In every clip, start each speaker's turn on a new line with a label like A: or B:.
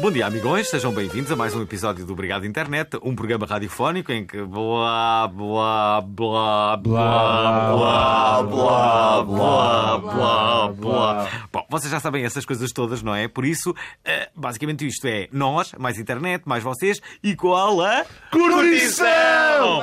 A: Bom dia, amigões. Sejam bem-vindos a mais um episódio do Obrigado Internet, um programa radiofónico em que blá, blá, blá, blá, blá, blá, blá, blá, blá. Bom, vocês já sabem essas coisas todas, não é? Por isso, eh, basicamente isto é nós, mais internet, mais vocês, igual a...
B: Curtição!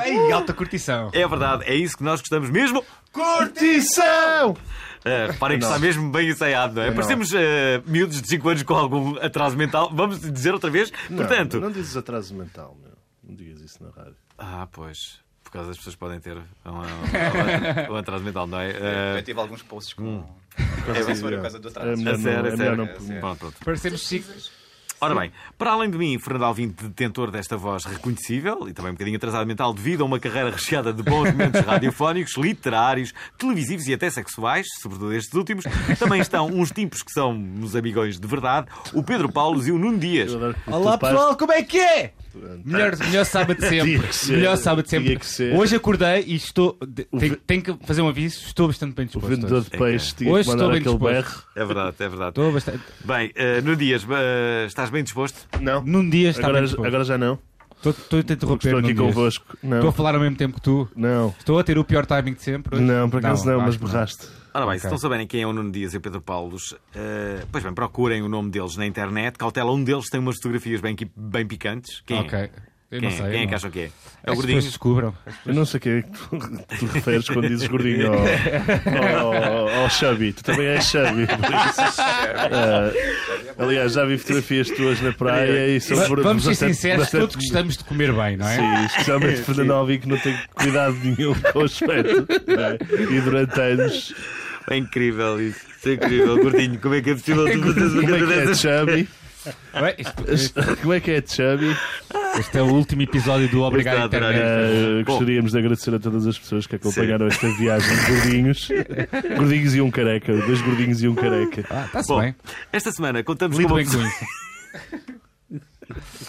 C: Ei, alta curtição.
A: É verdade, é isso que nós gostamos mesmo.
B: Curtição!
A: Eh, reparem que está mesmo bem ensaiado, não é? Parecemos eh, miúdos de 5 anos com algum atraso mental. Vamos dizer outra vez? Portanto...
B: Não dizes atraso mental, meu. Não digas isso na rádio.
A: Ah, pois. Por causa das pessoas podem ter um, um- um- um atraso mental, não é?
D: Eu
A: Eh,
D: tive alguns posts com.
B: É,
D: censura, coisa do atraso.
B: é
A: a
B: melhor não-
A: sério, a
B: é melhor
A: sério.
B: não-
A: Pronto, pronto.
C: Parecemos chique.
A: Ora bem, para além de mim, Fernando Alvim, detentor desta voz reconhecível e também um bocadinho atrasado mental devido a uma carreira recheada de bons momentos radiofónicos, literários, televisivos e até sexuais, sobretudo estes últimos, também estão uns tipos que são uns amigões de verdade, o Pedro Paulos e o Nuno Dias.
B: Eu adoro que
C: Olá
B: tu pares-
C: pessoal, como é que é? Melhor, melhor sábado de sempre.
B: Tinha que ser.
C: Melhor sábado de
B: Tinha
C: sempre.
B: que ser.
C: Hoje acordei e estou. de-
B: O
C: Tenho,
B: ve-
C: tenho que fazer um aviso, estou bastante bem
B: O
C: disposto.
B: vendedor
C: hoje.
B: de peixe tinha É que
C: Hoje estou
B: mandar
C: bem
B: aquele berro.
C: disposto.
A: É verdade, é verdade.
C: Estou bastante.
A: Bem, eh, Nuno Dias, eh, estás bem disposto?
B: Não.
C: Num dia está
B: Agora,
C: bem disposto.
B: agora já não.
C: Estou, estou a te interromper.
B: Estou
C: num
B: aqui
C: dia.
B: convosco.
C: Estou a
B: Não.
C: falar ao mesmo tempo que tu.
B: Não.
C: Estou a ter o pior timing de sempre. hoje.
B: Não, por acaso não,
C: acho
B: mas
C: que não.
B: borraste.
A: Ora bem, se
C: Ok.
A: não souberem quem é o Nuno Dias e o Pedro Paulos, eh, pois bem, procurem o nome deles na internet. Cautela, um deles tem umas fotografias bem, qui- bem picantes. Quem, é?
C: Ok. Eu
A: quem,
C: não
A: é?
C: sei.
A: quem é
C: não.
A: que acham que é? É o
C: As pessoas
A: gordinho.
C: descubram.
B: Eu não sei o que é que tu, tu referes quando dizes gordinho ao, ao, ao chubby. Tu também és chubby. por isso. Ah, aliás, já vi fotografias tuas na praia e são
C: Va- Vamos ser
B: bastante-
C: sinceros,
B: bastante-
C: todos gostamos de comer bem, não é?
B: Sim, especialmente Fernando Alvim que não tem cuidado nenhum com o aspecto. não é? E durante anos,
A: É incrível isso. Isso é incrível. Gordinho, como é que é possível tu fazeres uma
B: como é
A: coisa
B: que é
A: dessas?
B: chubby?
C: Ué, isto- este,
B: Como é que é chubby?
C: este é o último episódio do Obrigado
A: Gostei de adorar
C: Internet.
A: Bom.
B: Ah, gostaríamos de agradecer a todas as pessoas que acompanharam esta viagem. Gordinhos, gordinhos e um careca. Dois gordinhos e um careca.
C: Ah, está-se
A: Bom,
C: bem.
A: esta semana contamos
C: Lido
A: com uma
C: bem
A: pessoa...
C: com isso.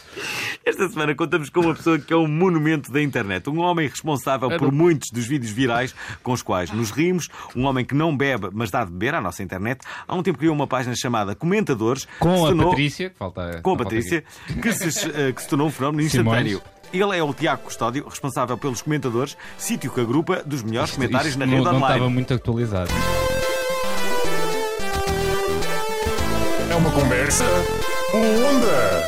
A: Esta semana contamos com uma pessoa que é um monumento da internet. Um homem responsável
C: É
A: por muitos dos vídeos virais com os quais nos rimos. Um homem que não bebe, mas dá de beber à nossa internet. Há um tempo criou uma página chamada Comentadores. que se
C: Com a
A: tornou-
C: Patrícia, que falta.
A: com a
C: falta
A: Patrícia, que se, eh, que se tornou um fenómeno
C: Simões.
A: instantâneo. Ele é o Tiago Custódio, responsável pelos comentadores, sítio que agrupa dos melhores
C: aqui.
A: comentários
C: Isto
A: na
C: não,
A: rede
C: não
A: online.
C: estava muito atualizado.
E: É uma conversa boa onda.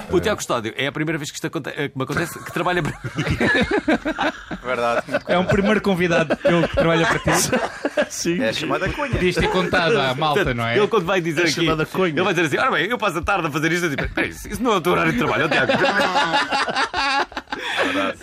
A: O Tiago Custódio é a primeira vez que isto aconte- eh, que me acontece que trabalha para mim.
D: Verdade.
C: É um primeiro convidado que eu que trabalha para ti.
B: Sim.
D: É a chamada cunha.
C: Podias ter contado à malta, não é?
A: Ele quando vai dizer aqui,
B: chamada cunha.
A: ele vai dizer assim, ora bem, eu passo a tarde a fazer isto, eu digo, "Peraí, isso, isso não é o teu horário de trabalho, ó, Tiago.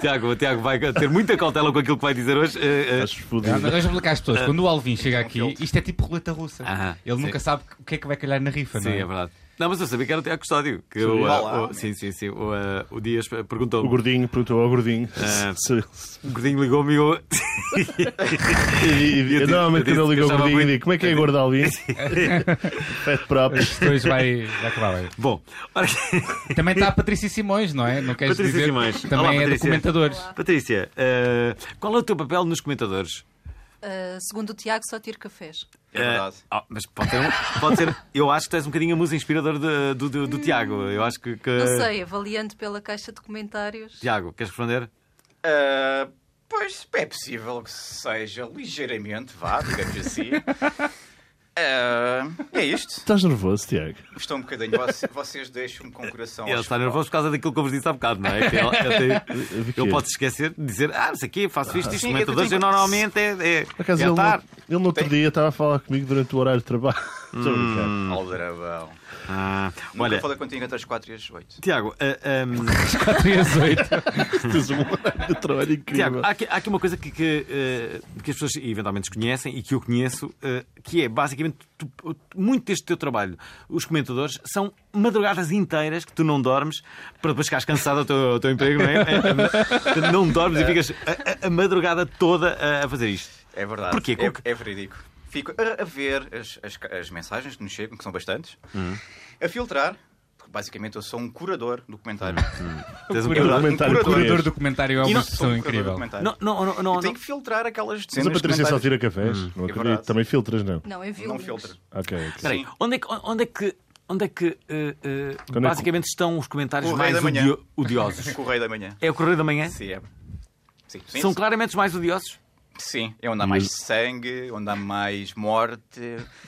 A: Tiago, o Tiago vai ter muita cautela com aquilo que vai dizer hoje. eh, eh,
B: Estás fodido.
C: Não, não, Vamos explicar às pessoas. Quando o Alvin chega aqui, isto é tipo roleta russa.
A: Aham,
C: Ele
A: sim.
C: nunca sabe o que é que vai calhar na rifa,
A: Sim,
C: não é?
A: é verdade. Não, mas eu sabia que era o Tiago Custódio. Que o, eh,
D: Olá.
A: o- sim, sim, sim. O, eh, o Dias perguntou.
B: O gordinho perguntou ao gordinho.
A: Ah.
B: se- se-
A: O gordinho ligou-me e eu.
B: E, e,
A: Eu
B: eu
A: disse- eu
B: normalmente quando eu
A: disse que
B: ligo ao
A: achava
B: gordinho
A: muito-
B: digo como é que é gordo Alvim? Pet próprio.
C: Depois vai, vai acabar bem.
A: Bom, ora...
C: Também está a Patrícia Simões, não é? Não queres
A: Patrícia
C: dizer?
A: Simões.
C: Também
A: Olá,
C: é
A: Patrícia.
C: documentadores.
A: Patrícia, eh, qual é o teu papel nos comentadores?
F: Uh, segundo o Tiago, só tiro cafés.
D: É verdade.
A: Eh, ah, mas pode ser, um- pode ser. Eu acho que tens um bocadinho a musa inspiradora de- do, do, do Tiago. Eu acho que. que-
F: Hum, Não sei, avaliando pela caixa de comentários.
A: Tiago, queres responder?
D: Ah, pois é possível que seja ligeiramente, vá, digamos assim. Ah, é isto.
B: Estás nervoso, Tiago?
D: Estou um bocadinho. Voc- Vocês deixam-me com o coração.
A: Ele
D: aos
A: está nervoso por causa daquilo que eu vos disse há bocado, não é? Que ele, ele tem-
B: De quê?
A: ele pode se esquecer de dizer, ah, não sei o quê, faço isto, isto,
D: Sim,
A: meto
D: eu
A: dois, eu
D: tenho-
A: normalmente é, é,
B: Por acaso,
A: é
B: ele,
A: tarde.
B: no- ele no outro
D: Tem-
B: dia estava a falar comigo durante o horário de trabalho. Estou a brincar.
A: Hum.
D: Aldrabão.
A: Ah,
D: Olha.
A: olha,
D: Falei contigo entre as 4 e as 8.
A: Tiago, ah, ahm,
C: 4 e às 8.
B: Tens um horário de trabalho
A: Tiago,
B: incrível.
A: há aqui, há aqui uma coisa que, que, eh, que as pessoas eventualmente desconhecem e que eu conheço, eh, que é basicamente tu- muito deste teu trabalho. Os comentadores são madrugadas inteiras que tu não dormes para depois ficares cansado do teu, ao teu emprego, não é? Eh, eh, não dormes e
B: É.
A: ficas a, a- a madrugada toda a- a fazer isto.
D: É verdade.
A: Porquê? Com que-
D: É, é verídico. Fico a, a ver as, as, as mensagens que nos chegam, que são bastantes, a filtrar, porque basicamente eu sou um curador do comentário.
B: É
A: Tens um
C: Curador.
A: curador.
B: Comentário
D: um
C: O curador
B: português.
C: do comentário é
D: E
C: uma
D: não- sou
C: expressão
D: um curador do
C: incrível.
D: comentário.
A: Não, não, não, não,
D: Tenho
A: não.
D: que filtrar aquelas
B: Mas a
D: dezenas
B: Patrícia
D: de
B: só
D: comentários.
B: tira
A: Hum.
B: cafés. Não
D: É
B: acredito.
D: verdade.
B: Também filtras, não.
F: Não, envio
D: Não
F: uns.
D: filtra.
B: Ok.
A: Espera aí,
D: Sim.
A: onde é que. Onde é que... Onde é que eh, eh,
B: Quando é que-
A: basicamente estão os comentários
D: Correio
A: mais
D: da manhã.
A: odio- odiosos?
D: Correio da manhã.
A: É o Correio da Manhã?
D: Sim, é. Sim, sim,
A: São
D: sim.
A: claramente os mais odiosos?
D: Sim, é onde há
B: Hum.
D: mais sangue, onde há mais morte,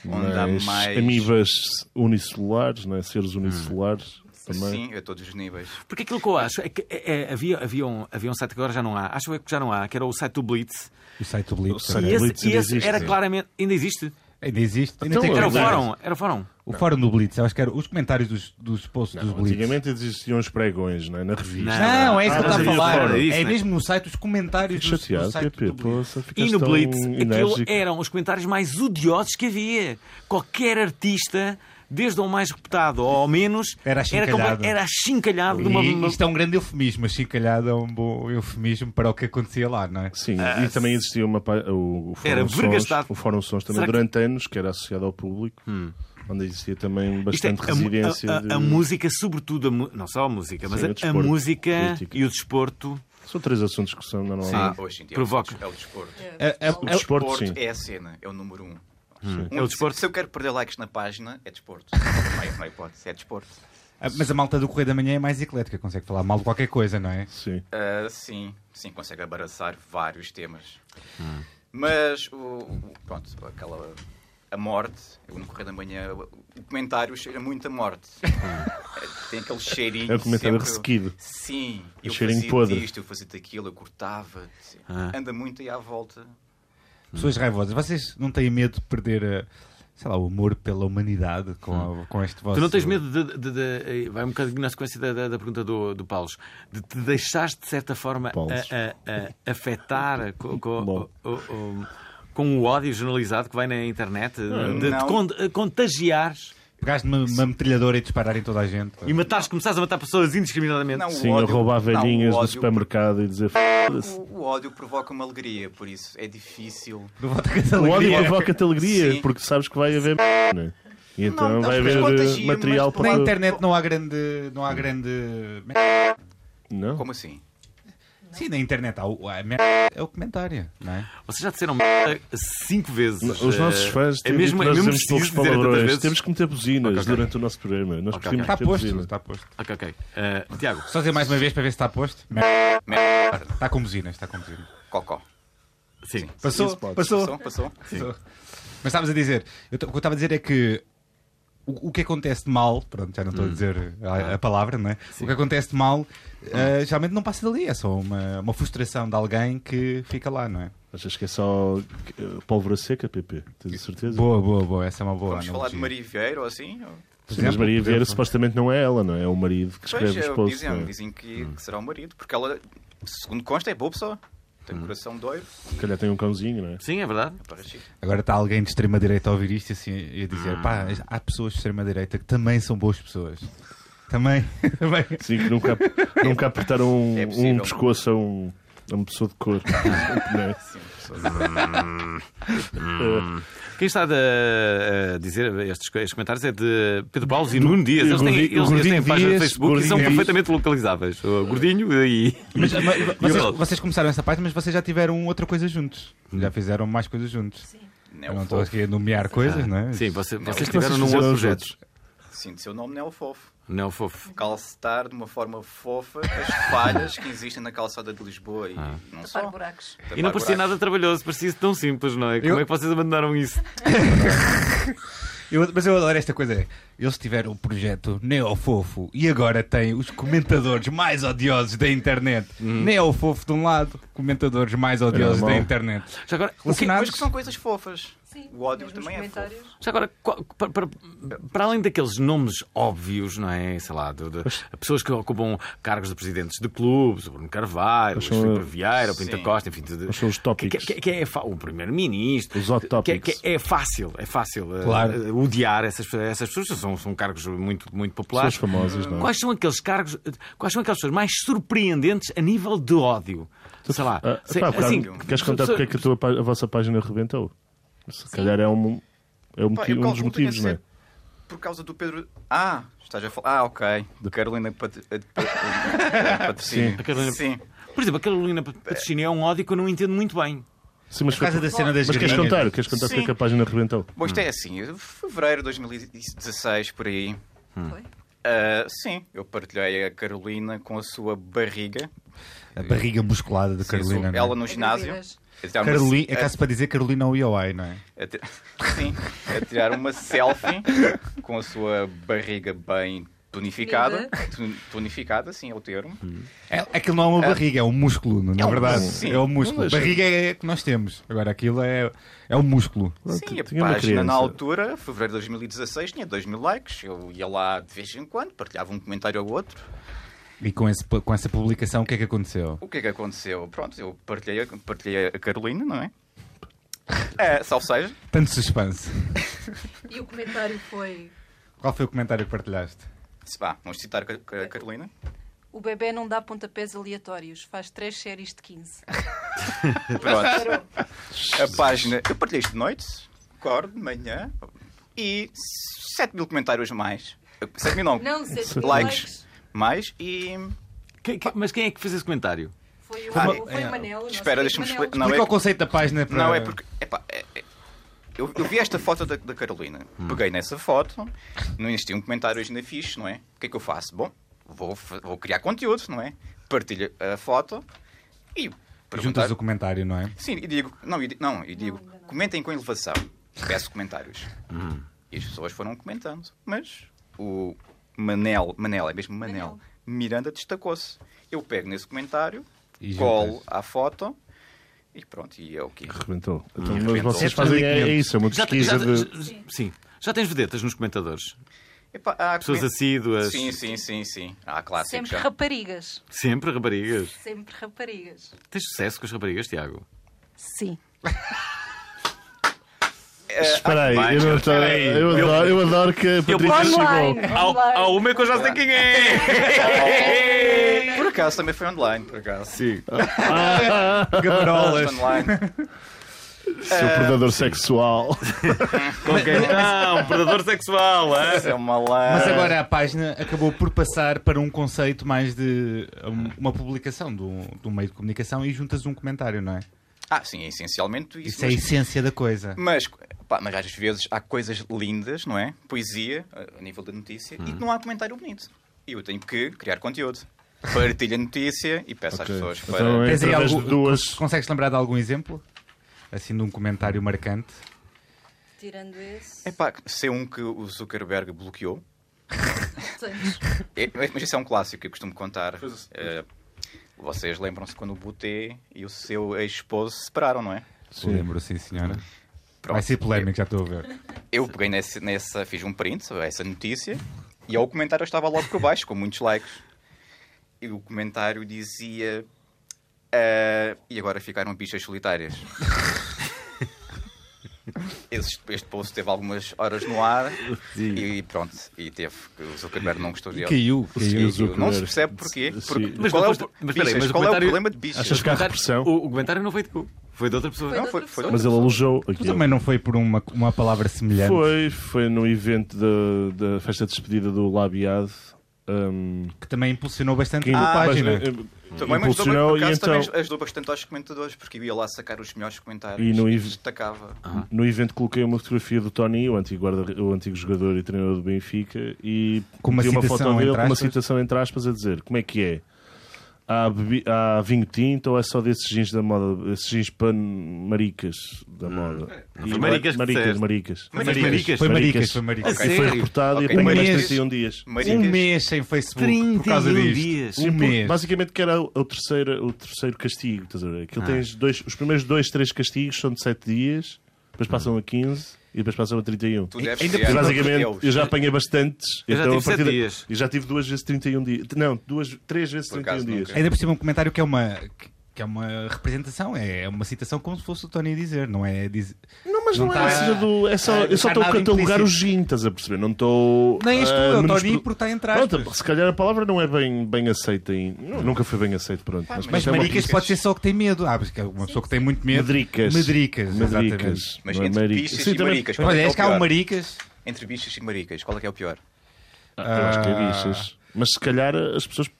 D: onde há
B: Mas
D: mais.
B: Amibas unicelares, não é? Seres
A: Hum.
B: unicelares também.
D: Sim, a todos os níveis.
A: Porque aquilo que eu acho é que é- é- havia, havia, um, havia um site que agora já não há, acho eu que já não há, que era o site do Blitz.
C: O site do Blitz.
B: site
A: E
B: do
A: esse,
B: Blitz
A: e
B: ainda
A: esse
B: existe,
A: era
B: sim.
A: claramente. Ainda existe?
C: Ainda existe. Ainda
B: Então,
C: tem
A: Era o
B: Existe.
C: comentários.
A: fórum. Era o fórum.
C: O fórum do Blitz. Eu acho que era os comentários dos, dos posts dos Blitz.
B: Antigamente existiam os pregões, não é? Na revista.
C: Não, é isso que eu
B: Ah, mas
C: estava a
B: havia
C: falar.
B: fórum.
A: Isso,
C: É
A: né?
C: mesmo no site, os comentários
B: Fico
C: do, do
B: chateado,
C: site
B: Pepe.
C: do Blitz.
B: Poça, ficas
A: E no
B: tão
A: Blitz, aquilo
B: enérgico.
A: eram os comentários mais odiosos que havia. Qualquer artista, desde ao mais reputado ou ao menos,
C: Era achincalhado.
A: comple- era achincalhado de uma.
C: E isto é um grande eufemismo. Achicalhado é um bom eufemismo para o que acontecia lá, não é?
B: Sim, e também existia uma pá- o, o Fórum
A: Ah, Era
B: Sons,
A: vergastado.
B: o Fórum Sons também
A: Será que- Hum.
B: durante anos, que era associado ao público, onde existia também
A: Isto é,
B: bastante
A: a mu-
B: residência
A: a, a-
B: de...
A: a música, sobretudo, a mu- não só a música, mas
B: Sim, é
A: a-
B: o
A: a,
B: desporto,
A: música
B: política.
A: e o desporto.
B: São três assuntos que são normalmente.
A: Ah,
D: hoje em dia
A: provoca.
D: é o desporto. É
C: É- é- é-
B: O
D: o
B: desporto,
D: desporto.
B: sim.
D: é a cena, é o número um. Um-
A: É o desporto?
D: Se eu quero perder likes na página, é desporto. não, é, não é hipótese, é desporto.
C: Ah, Mas a malta do Correio da Manhã é mais eclética, consegue falar mal de qualquer coisa, não é?
B: Sim.
D: Ah, sim, sim, consegue abraçar vários temas. Mas, o, o- pronto, aquela. A morte, eu no correr da manhã, o o comentário cheira muito a morte. Tem aquele cheirinho.
B: É o comentário
D: sempre-
B: ressequido.
D: Sim,
B: O
D: eu
B: cheirinho
D: fazia
B: podre. Ah.
D: isto, eu fazia aquilo, eu cortava. Anda muito aí à volta.
C: Pessoas raivosas. Vocês não têm medo de perder, eh, sei lá, o amor pela humanidade com, a- com este vosso...
A: Tu não tens medo de. de- de- de- vai um bocadinho na sequência da, da- da pergunta do, do Paulo. De te deixares, de certa forma,
B: Paulo.
A: a- a- a- afetar co- co-
B: Bom.
A: o- o- o- com o ódio jornalizado que vai na internet?
B: Hum.
A: De te
D: Não.
A: con- eh, contagiares
C: Pegares numa numa metralhadora e disparar em toda a gente.
A: e matares, começares a matar pessoas indiscriminadamente?
D: Não,
B: Sim,
D: o
B: a
D: ódio,
B: roubar
D: não, o
B: velhinhas do
D: ódio-
B: supermercado e dizer "F***se".
D: O, o ódio provoca uma alegria, por isso é difícil.
C: Não volta com essa
B: O ódio
C: alegria.
B: provoca-te alegria,
D: Sim.
B: porque sabes que vai haver. merda, Né? E então
D: não,
B: vai
D: mas
B: haver
D: contagia,
B: eh, material
D: mas
B: para.
C: Na internet não há grande... Não há grande...
B: Não?
D: Como assim?
C: Sim, na internet há o, a merda é o comentário, não é?
A: Vocês já disseram merda cinco vezes.
B: Os nossos
A: Eh,
B: fãs
A: é
B: têm
A: mesmo,
B: dito
A: é
B: que nós
A: mesmo
B: dizemos poucos
A: preciso dizer tantas
B: palavrões.
A: vezes.
B: Temos que meter buzinas
A: Ok, ok.
B: durante o nosso programa. Nós precisamos
C: Está
B: ter
C: Tá posto,
B: buzinas.
C: está posto.
A: Ok, ok. Eh, Tiago,
C: Só dizer mais uma vez para ver se está posto.
D: Merda.
C: Está com buzinas, está com buzinas.
D: Cocó.
A: sim.
C: Passou,
B: pode.
C: passou.
D: Passou? Passou?
C: Mas estavas a dizer, eu t- o que eu estava a dizer é que o, o que acontece de mal, pronto, já não estou a dizer a, a palavra, não é? O que acontece de mal ah, geralmente não passa dali, é só uma, uma frustração de alguém que fica lá, não é?
B: Achas que é só eh, pólvora seca, PP? Tens a certeza?
C: Boa, boa, boa, essa é uma boa.
D: Vamos falar de
C: analogia.
D: Maria Vieira ou assim? Ou-
C: Por
B: Sim, mas
C: exemplo,
B: Maria
C: por
B: Vieira
C: exemplo.
B: supostamente não é ela, não é? É o marido que
D: Pois,
B: escreve
D: é
B: os
D: o que
B: posts.
D: dizem,
B: não é?
D: dizem que, que será o marido, porque ela, segundo consta, é boa pessoa. Tem um coração doido.
B: Se calhar tem um cãozinho, não é?
A: Sim, é verdade.
D: Para Chico.
C: Agora está alguém de extrema-direita a ouvir isto e, assim, e a dizer: pá, há pessoas de extrema-direita que também são boas pessoas. Também, também.
B: Sim, que nunca, nunca apertaram um,
D: É
B: um
D: possível.
B: pescoço a, um, a uma pessoa de cor. por exemplo, não é?
A: Quem está a, a dizer estes, estes comentários é de Pedro Paulo e Nuno Dias.
B: e
A: Eles têm,
B: Gordinho-
A: eles, eles têm
B: Gordinho
A: a página do
B: Dias,
A: Facebook e
B: Gordinho
A: são
B: Dias.
A: perfeitamente localizáveis. O Gordinho e.
C: Mas, mas-
A: E o
C: vocês,
A: Ronaldo?
C: vocês começaram essa parte, mas vocês já tiveram outra coisa juntos. Já fizeram mais coisas juntos. Eu não
D: Não é o
C: estou
D: fofo.
C: aqui a nomear coisas, não é?
A: Ah, Sim, você- vocês
D: Vocês
A: estiveram num
B: fizeram
A: outro
B: os
A: projeto.
B: outros?
D: Sim, de seu nome não é o fofo.
A: Não, fofo.
D: Calcetar de uma forma fofa as falhas que existem na calçada de Lisboa e não só.
F: Tapar buracos.
A: E não
D: Tapar
A: parecia
D: buracos.
A: nada trabalhoso, parecia tão simples, não é? Como é que vocês abandonaram isso?
C: Eu- mas eu adoro esta coisa. Eles tiveram um projeto neofofo e agora têm os comentadores mais odiosos da internet. Neofofo de um lado, comentadores mais odiosos da
B: mau.
C: internet.
A: Já agora, o que-
C: Relacionados.
D: Mas que são coisas fofas.
F: Sim,
D: O ódio
F: mesmo os
D: também é fofo.
F: comentários.
A: Já agora, qual- para, para- para além daqueles nomes óbvios, não é? Sei lá, de, de- pessoas que ocupam cargos de presidentes de clubes, o Bruno Carvalho, o
B: são
A: Filipe
B: os-
A: Vieira, o Pinta
D: Sim.
A: Costa, enfim, tudo.
B: Mas são os
A: que,
B: tópicos.
A: que- que é fa- o primeiro-ministro.
B: Os hot
A: que, que
B: topics.
A: é fácil, é fácil eh,
C: Claro.
A: eh, odiar essas, essas pessoas, são, são cargos muito, muito populares.
B: Pessoas famosas, não é?
A: Quais são aqueles cargos, eh, quais são aquelas pessoas mais surpreendentes a nível de ódio? Sei lá.
B: Ah,
A: sei-
B: pá,
A: assim,
B: Ricardo, queres contar porque é que a, tua, pá- a vossa página rebentou? Se calhar é um, é um,
D: Pá,
B: motivo-
D: eu
B: um dos
D: calculo que tenha
B: motivos, não é?
D: sido Por causa do Pedro. Ah, estás a falar. Ah, ok. Do Carolina Pat... eh, Pat- eh, Patrocínio.
A: A Carolina-
D: Sim.
A: Por exemplo, a Carolina Patrocínio é um ódio que eu não entendo muito bem.
B: Sim, mas,
C: Por
B: foi-
C: causa da cena das
B: mas queres
C: gringas.
B: contar? Queres contar porque é que a página rebentou?
D: Bom, isto é assim. Fevereiro de 2016, por aí.
F: Foi?
D: Ah, sim, eu partilhei a Carolina com a sua barriga.
C: A barriga musculada de
D: Sim,
C: Carolina.
D: sua-
C: não é?
D: Ela no ginásio.
F: Gravidez.
D: a tirar uma-
C: Carolina, é
D: a-
C: caso para dizer Carolina Oioai, não é?
D: a ti- Sim, a tirar uma selfie com a sua barriga bem tonificada. Tu- Tonificada, sim, é o termo.
C: É- Aquilo não é uma barriga, é um músculo, não é, verdade?
D: sim.
C: É um músculo.
B: Não deixa-
C: barriga é que nós temos. Agora aquilo é, é um músculo.
D: Sim, a
B: Tinha uma
D: página
B: criança.
D: na altura, fevereiro de 2016, tinha 2 mil likes. Eu ia lá de vez em quando, partilhava um comentário ou outro.
C: E com, esse- com essa publicação, o que é que aconteceu?
D: O que é que aconteceu? Pronto, eu partilhei, a- partilhei a Carolina, não é? é salvo seja,
C: Tanto suspense.
F: E o comentário foi:
C: Qual foi o comentário que partilhaste?
D: se vá, vamos citar a Car- Car- Carolina.
F: o bebê não dá pontapés aleatórios, faz três séries de 15.
D: Pronto. A página, eu partilhei isto de noite, acordo, de manhã, e 7 mil comentários mais. 7 mil não,
F: Não, sete mil
D: Likes.
F: likes.
D: mais e...
A: Que- que- mas quem é que fez esse comentário?
F: Foi o,
D: Ah,
F: foi o Manel. o nosso
D: espera,
F: querido
D: deixa-me
F: Manel.
D: explicar- Não,
C: Explica
D: é-
C: o conceito da página para...
D: Não, é porque... epá, é- é- eu, eu vi esta foto da, da Carolina, peguei nessa foto, não existia um comentário hoje na ficha, não é? O que é que eu faço? Bom, vou, fa- vou criar conteúdo, não é? Partilho a foto e... perguntar-
C: Juntas o comentário, não é?
D: Sim, e digo, não, e, di- não, e digo, comentem com elevação. Peço comentários. E as pessoas foram comentando. Mas o Manel, Manel, é mesmo Manel,
F: Manel.
D: Miranda destacou-se. Eu pego nesse comentário,
C: E
D: colo
C: juntas.
D: à foto e pronto, e é o que
B: Rebentou. Então, mas
D: Rebentou.
B: vocês fazem é, é isso, é uma
A: Já,
B: pesquisa
A: já-
B: de.
A: já- sim. Já tens vedetas nos comentadores?
D: Epá, há
A: Pessoas
D: comen-
A: assíduas,
D: Sim, sim, sim, sim. Há clássicos
F: Sempre
D: já.
F: raparigas.
A: sempre raparigas.
F: Sempre raparigas.
A: Tens sucesso com as raparigas, Tiago?
F: Sim.
B: Espera aí, eu não estou.
A: espera aí.
B: Eu adoro, eu adoro que a Patrícia
F: Online.
B: chegou.
F: online.
A: um- uma que eu já sei quem é!
D: Por acaso também foi online, por acaso.
A: Sim.
C: Gabarolas.
D: Online.
B: Seu predador sexual.
A: Com quem? Não, predador sexual, hã?
D: é uma lã.
C: Mas agora a página acabou por passar para um conceito mais de um- uma publicação do, do meio de comunicação e juntas um comentário, não é?
D: Ah, sim, é essencialmente isso.
C: Isso é a
D: mas-
C: essência da coisa.
D: Mas, pá, mas às vezes há coisas lindas, não é? Poesia, a- a nível da notícia, e que não há comentário bonito. E eu tenho que criar conteúdo. Partilho a notícia e peço às pessoas para.
B: Então é
C: Tens aí
B: através de
C: algum-
B: duas.
C: Consegues lembrar de algum exemplo? Assim, de um comentário marcante?
F: Tirando esse.
D: É pá, ser um que o Zuckerberg bloqueou.
F: tens-
D: É, mas isso é um clássico que eu costumo contar. Eh, vocês lembram-se quando o Boutet e o seu ex-esposo se separaram, não é?
C: Lembro, sim, senhora.
D: Pronto.
C: Vai ser polémico, já estou a ver.
D: Eu peguei nesse- nessa, fiz um print sobre essa notícia e ao comentário estava logo por baixo, com muitos likes. E o comentário dizia. "Ah, e agora ficaram bichas solitárias. Esse- este post teve algumas horas no ar e pronto. E teve. O Zuckerberg não gostou dele.
C: Caiu,
B: Sim, o
C: caiu.
B: Zuckerberg.
D: Não se percebe porquê.
B: Sim.
D: Porque
A: Mas
D: qual,
A: não
D: é o,
A: foste-
D: pro-
A: mas espera aí,
D: bichas,
A: mas o
D: qual é o
A: comentário-
D: problema de bichas?
B: Achas que há repressão?
A: O, o comentário não foi de cu. Foi de outra pessoa.
D: Não,
F: de
D: foi-
F: outra
D: foi de
F: pessoa.
B: Mas ele alojou
C: Mas
B: aquilo.
C: também não foi por uma, uma palavra semelhante.
B: Foi, foi no evento da, da festa de despedida do Labiado. hum,
C: Que também impulsionou bastante
B: que
C: a
B: mas,
C: página.
B: eh,
D: Também me ajudou,
B: impulsionou
D: por
B: e
D: acaso,
B: então
D: também ajudou bastante aos comentadores, porque eu ia lá sacar os melhores comentários.
B: E no ev-
D: Destacava.
A: Ah,
B: no evento coloquei uma fotografia do Tony, o antigo, guarda, o antigo jogador e treinador do Benfica, e
C: Com uma
B: meti uma
C: citação,
B: foto dele
C: entre
B: com uma
C: aspas.
B: citação entre aspas a dizer como é que é? Há, bebi- há vinho tinto ou é só desses jeans da moda, esses jeans pan maricas da moda?
A: Não foi maricas que
B: maricas,
A: disseste.
B: maricas.
A: Mas maricas.
C: Foi maricas,
B: Maricas.
C: foi
A: A
C: maricas.
B: E foi
A: sério?
B: reportado
D: Ok.
B: e apanhei
C: Um mês.
B: 31 dias.
D: Ah, Maricas.
C: Um mês sem Facebook
A: 31
C: por causa disto.
A: dias.
C: Um mês.
B: Basicamente que era o, o terceiro, o terceiro castigo. Estás a ver?
C: Ah.
B: Aquilo tens dois, os primeiros dois, três castigos são de 7 dias, depois passam a 15 e depois passam a 31.
D: Tu deves
C: Hum. Ainda
D: criar
B: E um.
D: outros
B: basicamente
D: deus.
B: eu já apanhei bastantes.
A: Eu já
B: então,
A: tive
B: a partir
A: sete
B: da-
A: dias.
B: E já tive duas vezes 31 dias. Não, duas, três vezes
D: Por
B: 31
D: acaso
B: dias.
D: nunca.
C: Ainda por cima um comentário que é uma que- que é uma representação, é uma citação como se fosse o Tony a dizer, não é dizer-
B: Não, mas não,
C: Não
B: é
C: tá-
B: seja do. É só,
C: Ah,
B: eu só
C: tá
B: estou a
C: nada
B: catalogar
C: implícito.
B: o gin, estás a perceber? Não estou.
C: Nem és tu, é o
B: menos
C: Tony
B: pro-
C: por estar entre aspas.
B: Ah, Pronto, se calhar a palavra não é bem, bem aceita em... nu- Nunca foi bem aceita, pronto.
D: Ah,
C: Mas
B: pronto, é uma-
C: maricas pode ser só o que tem medo. Ah, porque uma pessoa que tem muito medo.
B: Medricas.
C: Medricas. exatamente.
B: Medricas.
D: Mas
B: Não é
D: entre
B: marica.
D: bichas
B: Sim,
D: e
B: também-
D: maricas,
C: Mas
D: qual é
C: olha,
D: que é
C: és
D: o
C: cá o
A: um
D: pior?
C: maricas.
D: Entre bichas e maricas, qual é que é o pior?
B: Ah, eu acho que é bichas. Mas se calhar as pessoas.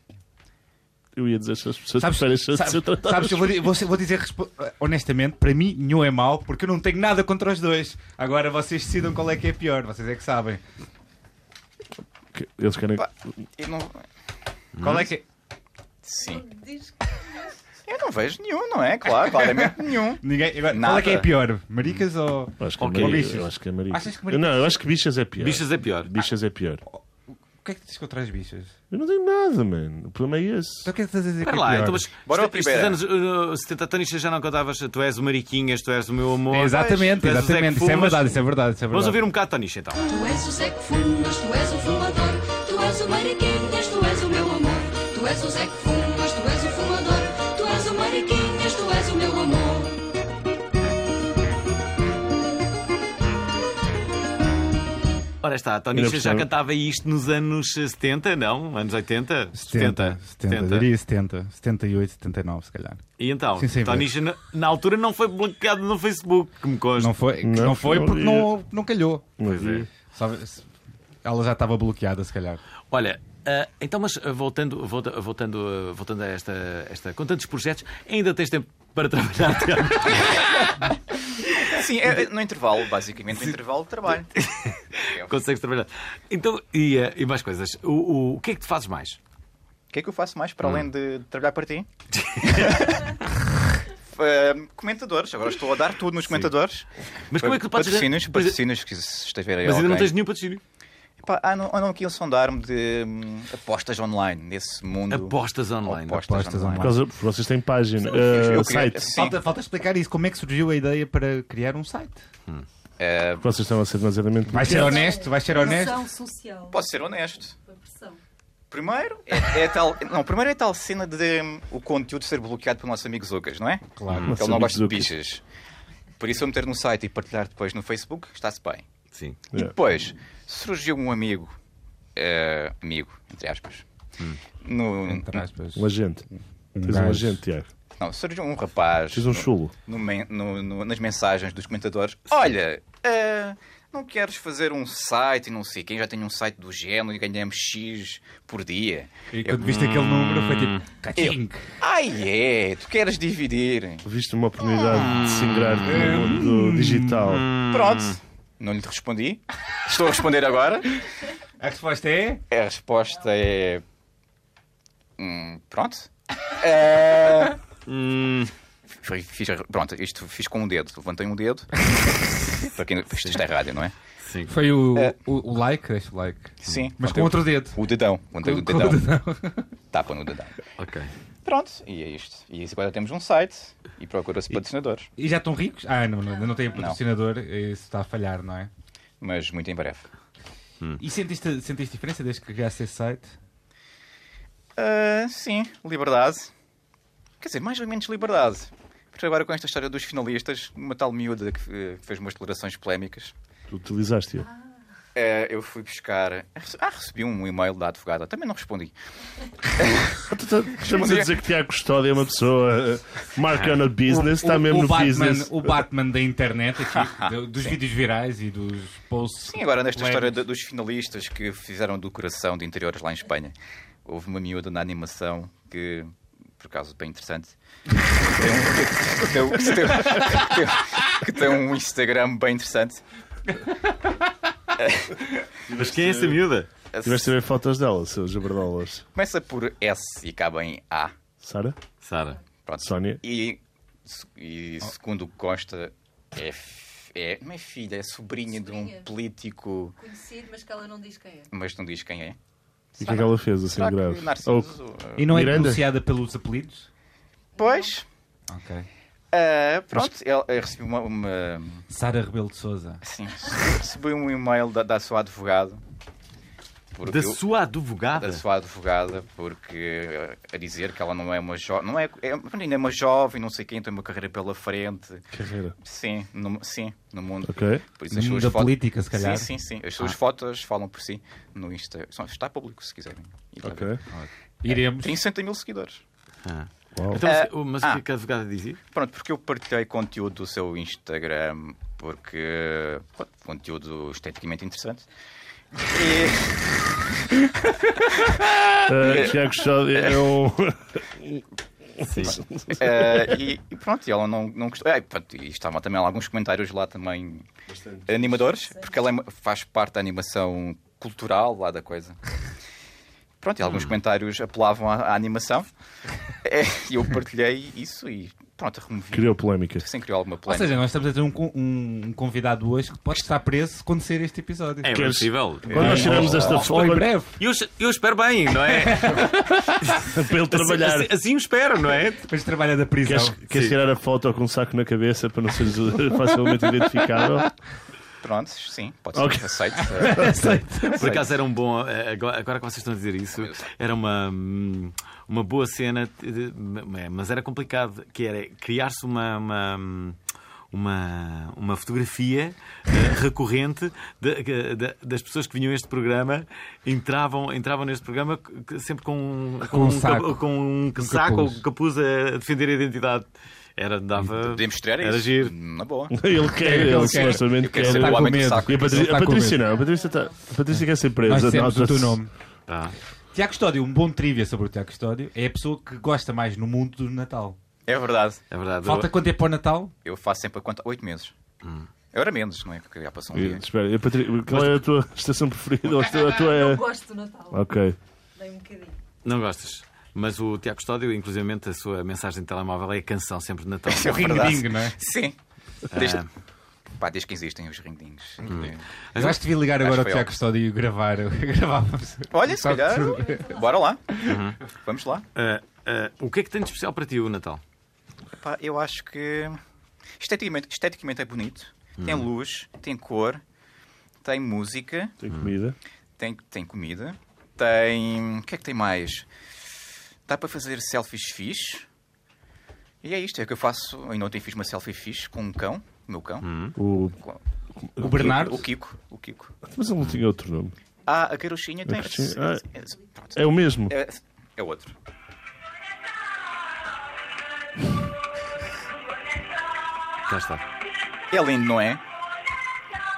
B: Eu ia dizer, as pessoas
C: Sabes,
B: preferem ser-
C: sabes,
B: ser tratadas.
C: sabes, eu vou, di- vou, ser- vou dizer respo- honestamente, para mim nenhum é mau, porque eu não tenho nada contra os dois. Agora vocês decidam qual é que é pior, vocês é que sabem.
B: Que Eles querem.
D: Pá, eu não...
C: Qual
A: Hum?
C: é que é?
D: Sim.
F: Diz
D: Eu não vejo nenhum, não é? Claro, claramente nenhum.
C: Ninguém, agora, qual é
D: Nada.
C: que é pior? Maricas ou.
B: Eu Acho que, é
A: Ok.
B: mari-
C: Bichas.
B: eu acho que é marido.
C: Achas que marido-
B: Não, eu acho que bichas é pior. Bichas,
A: Bichas é pior.
B: é pior.
C: O que é que dizes contra as bichas?
B: Eu não tenho nada, mano. O problema é esse.
C: Então o que é que estás a dizer? que
A: Espera
C: é
A: lá,
C: pior?
A: então, mas
D: Bora ao
A: isto- estes
D: primeiro.
A: anos uh, 70 tanistas já não cantavas Tu és o Mariquinhas, tu és o meu amor.
C: Exatamente,
A: Tu és o Zé que
C: exatamente. Isso é
A: fumas.
C: verdade, isso é verdade. Isso é
A: Vamos
C: verdade.
A: ouvir um bocado de Tanicha então.
G: Tu és o Zé que fumas, tu és o fumador, tu és o mariquinhas, tu és o meu amor. Tu és o Zé que fumas, tu és o fumador, tu és o mariquinhas, tu és o meu amor.
A: Ora está, a Tanicha já
B: percebo.
A: cantava isto nos anos 70, não? Anos 80?
C: 70, 70, 70. diria 70, 78, 79, se calar.
A: E então,
C: Sim, sim,
A: Tanicha na, na altura não foi bloqueado no Facebook, que me consta.
C: Não foi, que
B: Não,
C: não, foi
B: não
C: porque
B: diria.
C: não, não calhou.
A: Pois é.
C: Sabe, se- ela já estava bloqueada, se calhar.
A: Olha, ah, então, mas ah, voltando, volta- voltando, ah, voltando a esta, esta. Com tantos projetos, ainda tens tempo para trabalhar. Tiago?
D: Sim, é, é no intervalo, basicamente, no intervalo de trabalho.
A: Consegues trabalhar. Então, e, ah, e mais coisas. O, o, o que é que tu fazes mais?
D: O que é que eu faço mais para
B: Hum.
D: além de trabalhar para ti? Ahm, comentadores, agora estou a dar tudo nos comentadores.
A: Mas como é que tu podes.
D: Patrocínios,
A: Mas-
D: patrocínios, que se estiver aí
A: Mas ainda não
D: alguém.
A: tens nenhum patrocínio.
D: Pá, ah, não, andam aqui a sondar-me de hum, apostas online, nesse mundo.
A: Apostas online.
D: Apostas,
C: Apostas
D: online.
B: Por causa, vocês têm página,
D: Eu
B: eh,
D: queria-
B: site.
D: sim.
C: Falta, falta explicar isso. Como é que surgiu a ideia para criar um site?
D: Ah,
B: Vocês estão a ser demasiadamente.
C: Vais ser honesto? Vais ser honesto?
F: Pressão social.
D: posso ser honesto.
F: Foi pressão.
D: Primeiro é, é tal. Não, primeiro é tal cena de hum, o conteúdo ser bloqueado pelo nosso amigo Zucas, não é?
C: Claro.
D: Porque ele
B: Nosso
D: não
B: amigo
D: gosta de
B: Zucas.
D: bichas. Por isso eu meter no site e partilhar depois no Facebook, está-se bem.
A: Sim.
D: E depois surgiu um amigo, eh, amigo, entre aspas. No,
C: Entre aspas.
B: Um agente. Tens um
C: gajo.
B: agente, Tiago.
D: não, surgiu um rapaz
B: Tens um chulo.
D: no men- no- no- nas mensagens dos comentadores: Olha, eh, não queres fazer um site e não sei quem, já tem um site do género e ganhamos X por dia.
C: E quando viste aquele número foi tipo. Caching.
D: Ai é, tu queres dividir.
B: Viste uma oportunidade de se ingrar-te
C: Ah.
B: no mundo digital.
D: Pronto, não lhe respondi. Estou a responder agora.
C: A resposta é.
D: A resposta é. Hum, pronto. É... Foi- fiz- pronto, isto fiz com um dedo. Levantei um dedo. Para quem, isto está errado, não é?
C: Foi o,
D: É.
C: o, o like, deixa o like.
D: Sim.
C: Mas com
D: Levantei
C: outro dedo.
D: O dedão. Levantei
C: Com-
D: o
C: com o
D: dedão.
C: dedão.
D: Tapa no dedão.
A: Ok.
D: Pronto, e é isto. E agora temos um site e procura-se patrocinadores.
C: E já estão ricos? Ah, não, não, não tem patrocinador, isso está a falhar, não é?
D: Mas muito em breve.
C: E sentiste, sentiste diferença desde que criaste esse site?
D: Ah, sim, liberdade. Quer dizer, mais ou menos liberdade. Porque agora com esta história dos finalistas, uma tal miúda que eh, fez umas declarações polémicas.
B: Tu utilizaste-o.
D: eh, eu fui buscar. Ah, recebi um e-mail da advogada, também não respondi.
B: Estamos a dizer que Tiago Custódio é uma pessoa uh, marca no business, está mesmo
C: o
B: no
C: Batman,
B: business.
C: O Batman da internet, aqui, do- dos vídeos virais e dos posts.
D: Sim, agora nesta
C: leves.
D: história do- dos finalistas que fizeram do coração de interiores lá em Espanha, houve uma miúda na animação que, por acaso, bem interessante, que tem um, que tem- que tem- que tem- que tem um Instagram bem interessante.
A: Mas quem é essa miúda?
B: Tiveste a ver fotos dela, seu jabardolas.
D: Começa por S e acaba em A.
B: Sara?
A: Sara.
D: Pronto.
B: Sónia?
D: E, e segundo o que Costa, é, f- é, não é filha, é sobrinha, de
F: Sobrinha.
D: um político,
F: Conhecido, mas que ela não diz quem é.
D: mas não diz quem é.
B: E o que é que ela fez assim
D: Será que
B: grave?
D: Narciso? eh,
C: E não é
B: Miranda?
C: pronunciada pelos apelidos?
D: Pois,
C: Ok.
D: ah, pronto, ele, eu recebi uma, uma-
C: Sara Rebelo de Souza.
D: assim, recebi um e-mail da, da sua advogada. porque
A: Da
D: eu-
A: sua advogada?
D: da sua advogada porque eh, a dizer que ela não é uma jovem, não é, é, ainda é uma jovem, não sei quem, tem uma carreira pela frente.
B: Oh, carreira.
D: Sim, no, sim, no mundo.
B: Ok.
D: Por
C: No mundo da política, se calhar.
D: Sim, sim, sim. As suas fotos falam por si no Insta. Só- Está público, se quiserem. Ir lá ver.
B: Ok.
D: É.
C: Iremos.
D: Tem 60 mil seguidores.
A: Ah.
B: Uau.
A: Então, mas-
D: Ah,
A: o- mas o que é que a advogada dizia?
D: Pronto, porque eu partilhei conteúdo do seu Instagram, porque. pronto, conteúdo esteticamente interessante. E.
B: Ah, Tiago Custódio é um.
A: Sim.
D: eh, e, e pronto, e ela não, não gostou. Ah, e pronto, e estavam também lá alguns comentários lá também animadores, porque ela é uma- faz parte da animação cultural lá da coisa. Pronto, e alguns comentários apelavam à, à animação. Eh, E eu partilhei isso e pronto, removi.
B: Criou polémica.
D: Sem criar alguma
C: Ou
D: polémica.
C: seja, nós estamos a ter um, con- um- um convidado hoje que pode estar preso quando sair este episódio.
A: É
B: Queres-
A: possível.
B: Quando nós tiramos esta
C: Ou
B: foto,
C: em
B: quando-
C: breve.
A: Eu, eu espero bem, não é?
B: para ele trabalhar.
A: Assim, assim espero, não é?
C: Depois trabalha da prisão.
B: Queres, queres tirar a foto com um saco na cabeça para não seres facilmente identificável?
D: Pronto, sim, pode ser.
B: Ok.
D: Aceito.
A: Por acaso era um bom. eh, Agora agora que vocês estão a dizer isso, era uma, hum, uma boa cena, eh, ma- mas era complicado, que era criar-se uma. uma hum, uma, uma fotografia eh, recorrente de- que- da- das pessoas que vinham a este programa entravam, entravam neste programa c- c- sempre com, um-
C: um
A: cap-
C: saco.
A: com um saco
C: capuz.
A: ou capuz a defender a identidade. Era, dava,
D: Podemos tirar isso.
A: era giro.
D: Na boa.
B: Ele quer,
C: quer.
B: ele, supostamente
D: quero
B: quer.
C: Está
D: ser o
C: tá com
D: homem do
C: medo.
B: E
D: saco.
B: a
C: Ele
B: Patrícia,
C: está
B: a
C: com
B: Patrícia
C: medo.
B: não, a Patrícia, tá, a Patrícia quer ser
C: Nós
B: presa.
C: dissemos o
B: nota-se.
C: teu nome.
A: Tá.
C: Tiago Custódio, um bom trivia sobre o Tiago Custódio. É a pessoa que gosta mais no mundo do Natal.
D: É verdade.
A: É verdade.
C: Falta quanto é para o Natal?
D: Eu faço sempre a conta. Oito meses. Eu era menos, não é? Porque já passou um dia.
B: Eh, Espera, e a Patrícia, qual é a tua estação preferida? Ou a tua- a tua é-
F: Gosto do Natal,
B: Ok.
F: dei um bocadinho.
A: Não gostas. Mas o Tiago Custódio, inclusive, a sua mensagem de telemóvel é a canção sempre de Natal.
D: É verdade.
C: Ring-ding, não é?
D: Sim. Desde... Pá, desde que existem os ringdings.
C: Eu acho que devia ligar agora
D: Acho
C: ao
D: que foi
C: Tiago Custódio e gravar. Gravávamos.
D: Olha, se
C: Só que
D: calhar. Bora lá. Vamos lá.
A: Ah, ah, o que é que tem de especial para ti o Natal?
D: Pá, eu acho que. Esteticamente, esteticamente é bonito. Tem luz, tem cor, tem música,
B: Tem comida.
D: tem, tem comida, tem. O que é que tem mais? Dá para fazer selfies fixe. E é isto, é o que eu faço. Ainda ontem fiz uma selfie fixe com um cão, o meu cão.
C: Hum.
B: O...
D: Com-
C: O Bernardo?
D: O é Kiko. O Kiko.
B: Mas ele não tinha outro nome.
D: Ah, a carochinha tem.
B: carochinha, ah.
D: É, pronto.
B: É o mesmo.
D: É, é outro.
A: Cá está.
D: É lindo, não é?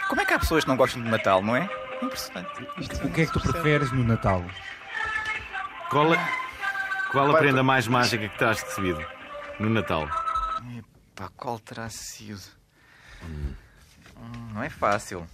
D: Como é que há pessoas que não gostam de Natal, não é? Impressionante. Isto
C: O que é que tu preferes no Natal?
A: Qual a, qual a prenda mais mágica que terás recebido no Natal?
D: Pá, qual terá sido? Hum, não é fácil.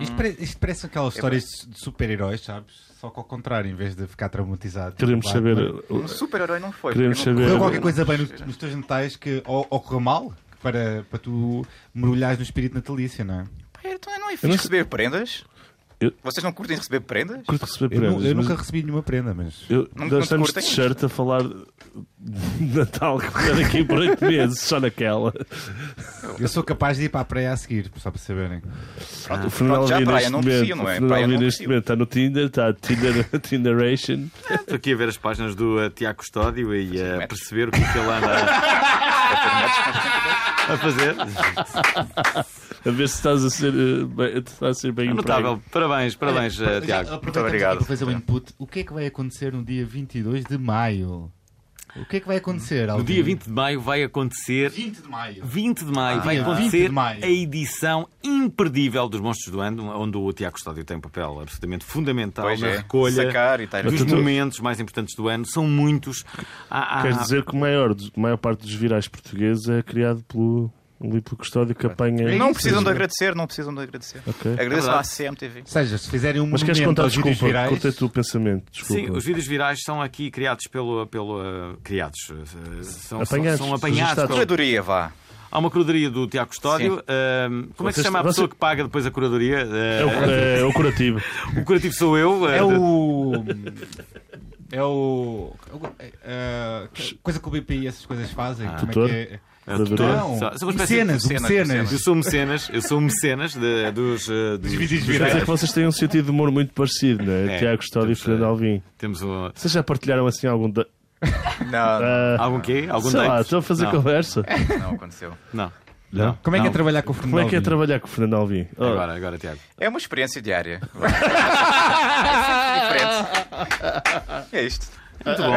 C: Isto, pare- isto parece aquelas
D: É
C: histórias de- de super-heróis, sabes? Só que ao contrário, em vez de ficar traumatizado.
B: Queremos
C: Vai,
B: saber. eh,
C: vai.
D: Um super-herói não foi.
B: Queremos
D: porque não-
B: saber-
C: Correu qualquer coisa bem nos, nos teus natais que ou, ou correu mal que para, para tu mergulhares no espírito natalício, não é?
D: Pá, então não é
B: Eu
D: fixe
B: não sei-
D: receber prendas?
B: Eu-
D: Vocês não curtem receber prendas?
B: Curto receber
C: Eu, nu-
B: prendas.
C: eu
B: mas
C: nunca recebi nenhuma prenda, mas.
B: Eu,
D: Nunca
B: nós estamos de
D: curtem?
B: shirt a falar de Natal que foi daqui por 8 meses, só naquela.
C: Eu sou capaz de ir para a praia a seguir, só para saberem.
D: eh,
B: O Fernando
D: pronto, já a
B: Alvim
D: praia
B: neste
D: não precisa,
B: momento-
D: não é?
B: o Fernando
D: Praia
B: Alvim
D: não
B: neste
D: precisa.
B: momento está no Tinder, está a Tinder, Tinderation.
A: Estou aqui a ver as páginas do ah, Tiago Custódio e a perceber o que é que ele anda a fazer.
B: A ver se estás a ser, eh, bem, estás a ser bem
A: Notável. Parabéns, parabéns, eh, Tiago.
D: Muito obrigado.
H: Para fazer
C: um
H: o input, o que é que vai acontecer no dia 22 de maio? O que é que vai acontecer?
A: No dia 20 de maio vai acontecer
H: 20 de maio.
A: 20 de maio vai
H: Dia 20
A: acontecer
H: de maio.
A: a edição imperdível dos Monstros do Ano, onde o Tiago Custódio tem um papel absolutamente fundamental
D: Pois
A: na
D: é.
A: recolha
D: Sacar e tais
A: dos
D: coisas.
A: momentos mais importantes do ano. São muitos. Ah, Há- há-
B: Queres dizer que a maior, a maior parte dos virais portugueses é criado pelo Lipo Custódio que apanha.
D: Não precisam de agradecer, não precisam de agradecer.
B: Ok.
A: É um
D: Agradeço à
A: verdade.
D: CMTV.
C: Ou seja, se fizerem um
B: Mas queres
C: monumento
B: contar,
C: aos vídeos
B: desculpa,
C: virais,
B: conta tu o pensamento.
A: Sim,
B: Desculpa.
A: os vídeos virais são aqui criados pelo. pelo eh, criados. eh, São,
B: Apanhados,
A: são apanhados.
B: registados.
A: pelo-
D: Curadoria, vá.
A: Há uma curadoria do Tiago Custódio. Ahm, como é que se
B: Vocês-
A: chama a
B: vocês-
A: pessoa que paga depois a curadoria? Eh,
B: É o, é o curativo.
A: o curativo sou eu. eh,
C: é o. É o. é, uh, coisa que o BPI e essas coisas fazem. como é
B: Ah. Tutor?
C: que é?
A: É o tutor.
B: Tutor?
C: Não,
A: Só- só uma espécie de-
C: mecenas, o
D: mecenas,
C: mecenas.
A: Eu sou o mecenas, eu sou o mecenas de- dos, eh, dos, dos
C: vídeos
B: Quer dizer que
A: virais.
B: vocês têm um sentido de humor muito parecido, não é?
A: É,
B: Tiago Custódio e
A: temos,
B: Fernando
A: eh,
B: Alvim.
A: Temos um.
B: Vocês já partilharam assim algum. da-
D: Não,
B: Ah,
A: Algum quê? Algum
B: sei lá,
A: date?
B: estão a fazer
A: não.
B: conversa.
D: não aconteceu.
A: Não.
B: Não?
C: Como é que é
A: Não.
C: trabalhar com o Fernando
B: Como é que é
C: Alvim?
B: trabalhar com o Fernando Alvim? Oh,
A: Agora, agora, Tiago.
D: É uma experiência diária. Vá. Diferente. É isto.
A: Muito bom.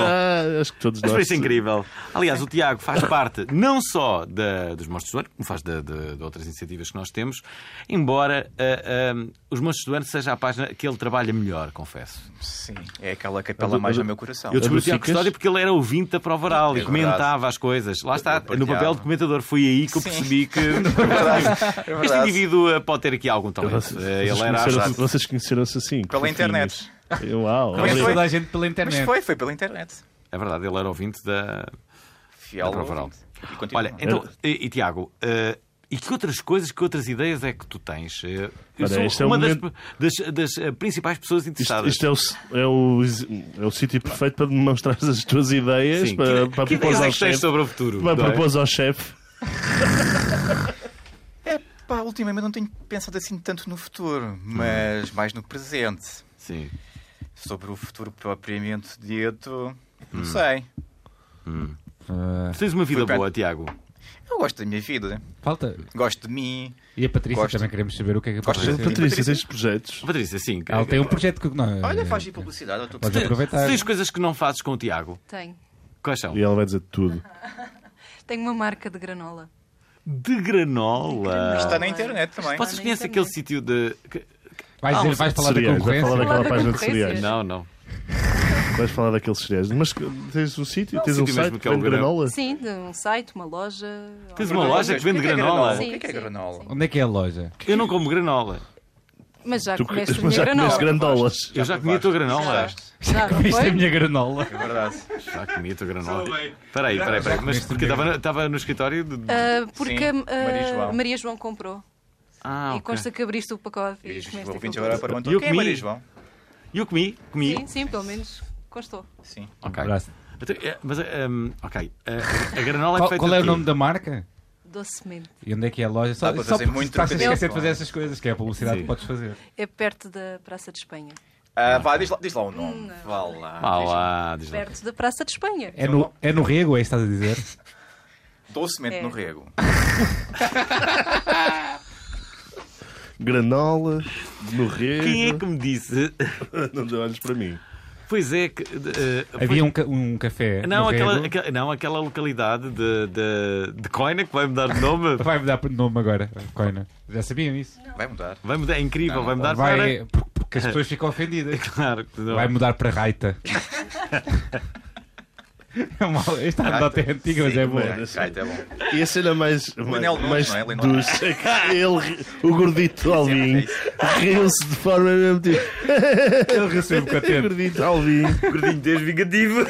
B: ah, acho que todos
A: Mas
B: nós.
A: foi isso incrível. Aliás, o Tiago faz parte não só da- dos Monstros do Ano, como faz de, de- de outras iniciativas que nós temos, embora ah, ah, os Monstros do Ano seja a página que ele trabalha melhor, confesso.
D: Sim, é aquela capela mais no meu coração.
A: Eu descobri o
B: do
A: Tiago
B: Ficas?
A: Custódio porque ele era ouvinte da prova oral e
D: É
A: comentava
D: verdade.
A: as coisas. Lá está,
D: Eu
A: no papel
D: partilhava.
A: de comentador. Foi aí que eu
D: Sim.
A: percebi que
D: É
A: este
D: verdade.
A: indivíduo eh, pode ter aqui algum talento.
B: Vocês,
A: Eh, Ele
B: vocês
A: era
B: conheceram-se-
A: artista.
B: vocês conheceram-se assim? que
D: Pela
B: fofinhos.
D: internet.
B: Uau,
D: Como é que
B: olha,
D: foi?
C: toda a gente pela
D: Mas
A: né?
C: internet.
D: foi, foi pela internet.
A: É verdade, ele era ouvinte da.
D: Fiel.
A: Dá para
D: ouvinte. E
C: Tipo,
D: continua.
A: Olha, então, e, e Tiago, eh, e que outras coisas, que outras ideias é que tu tens? Eh, Eu
B: Olha, este
A: sou
B: é um
A: uma das,
B: momento-
A: das- das, eh, principais pessoas
B: Isto,
A: interessadas.
B: isto é, o, é, o, é o sítio perfeito para demonstrar as tuas ideias,
A: Sim,
B: para,
A: que,
B: para
A: que ideias
B: propor
A: é
B: ao
A: que tens
B: chefe.
A: sobre o futuro?
B: Para
A: não é?
B: propor ao chefe.
D: É pá, ultimamente não tenho pensado assim tanto no futuro,
A: Hum.
D: mas mais no presente.
A: Sim.
D: Sobre o futuro propriamente dito,
A: Hum.
D: não sei.
C: É.
A: Tu tens uma vida
D: Foi perto.
A: boa, Tiago.
D: Eu gosto da minha vida,
C: Falta.
D: gosto de mim.
C: E a Patrícia
D: Gosto.
C: também queremos saber o que é que a
D: Gosto.
C: Patrícia tem.
B: Patrícia, tens projetos?
A: Oh, Patrícia, sim.
C: Ela tem um projeto que. Não,
D: Olha, faz aí publicidade. eu estou-
C: Pode
A: Tu-
C: aproveitar.
A: Tens coisas que não fazes com o Tiago?
F: Tenho.
A: Quais são?
B: E ela vai dizer tudo.
F: Tenho uma marca de granola.
A: De granola.
D: Está na internet também.
F: Posso-
A: Vocês
F: na
A: conhecem aquele
F: internet.
A: sítio de. que-
C: Vais,
A: Ah,
C: dizer,
A: um
C: vais falar da
B: cereais, vai
C: concorrência.
B: falar daquela
F: Falar da
B: página de
F: concorrência.
B: cereais.
A: Não, não.
B: Vais falar daqueles cereais. Mas que- tens um sítio? Tens um
A: sítio mesmo
B: site
A: que
B: que
A: é o
B: vende
A: grão.
B: granola?
F: Sim, de um site, uma loja.
A: Tens uma loja que vende
D: O é
A: granola.
D: O que é que é
F: Sim, sim,
D: granola?
C: Onde é que é a loja?
A: Eu não como granola.
F: Mas já
B: Tu
F: comeste a
B: mas
F: minha
B: já
F: é granola.
B: comeste grandolas.
A: Eu já comi a tua granola.
F: Já,
C: Isto é a
F: foi?
C: minha granola.
D: É verdade.
A: Já comi a tua granola. Peraí, peraí, peraí. Mas
C: comeste
A: porque
C: a minha
A: estava no, estava no escritório de.
F: Ah, porque
D: Sim,
F: ah,
D: Maria João.
F: Maria João comprou.
A: Ah,
F: E consta
A: ok.
F: que abriste o pacote
D: E
F: e
D: os
F: comeste
D: ouvintes
F: aquilo
D: agora
F: tudo.
D: perguntam:
A: Eu
D: quem é
A: comi.
D: Maria João?
A: E eu comi, comi.
F: Sim, sim, pelo menos constou.
D: Sim.
A: Ok.
C: Abraço.
A: Então, é, Mas, hum, ok. A, a granola é
C: Qual,
A: feita.
C: qual é o
A: de quê?
C: nome da marca?
F: Docemente.
C: E onde é que é a loja? Só,
D: Dá para
C: só
D: fazer
C: porque
D: muito
C: estás a
D: trocadilho.
C: esquecer de fazer essas coisas, que é a publicidade
A: Sim.
C: que podes fazer.
F: É perto da Praça de Espanha.
D: Ah, vá, diz lá, diz lá o nome. Vá lá.
A: Ah lá, diz lá.
F: Perto da Praça de Espanha.
C: É no, é no rego, é isso que estás a dizer?
D: Docemente
F: É.
D: no rego.
B: Granola, no rego.
A: Quem é que me disse?
B: Não deu olhos para mim.
A: Pois é que. eh, pois-
C: Havia um, ca- um café.
A: Não,
C: no
A: aquela,
C: Rego.
A: aquela- não, aquela localidade de, de, de Coina que vai mudar de nome.
C: Vai mudar de nome agora, Coina. Já sabiam isso?
D: Vai mudar.
A: Vai mudar, é incrível, vai mudar
C: Vai, porque- porque as pessoas ficam ofendidas.
A: para. Claro que não.
C: Vai mudar para Raita. É uma, esta anedota é antiga, mas é boa.
B: mano.
D: Ah, é bom.
B: E a cena mais, mais,
D: Leonel Nunes,
B: mais
D: não é? Leonel
B: dos é que ele, ri- o
A: é
B: gordito
D: É
B: Alvin, riu-se de forma mesmo tipo.
C: Ele recebe
B: "É,
C: contente.
B: Gordito Alvin,
A: Gordinho, tens vingativo.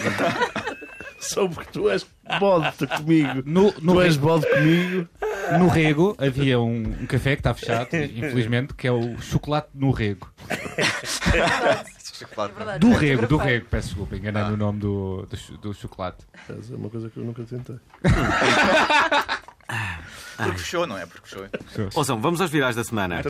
B: só porque tu és bode comigo.
C: No, no,
B: tu és
C: rego,
B: é bode comigo.
C: no Rego havia um, um café que está fechado, infelizmente, que é o Chocolate no Rego.
D: Chocolate.
F: É
B: É
F: Verdade,
C: Do
F: perto
C: Rego, do
F: Grafal.
C: Rego, peço desculpa, enganei no nome do, do, ch- do chocolate.
B: É uma coisa que eu nunca tentei.
D: Porque show, não é? Porque show.
A: Ouçam, vamos aos virais da semana.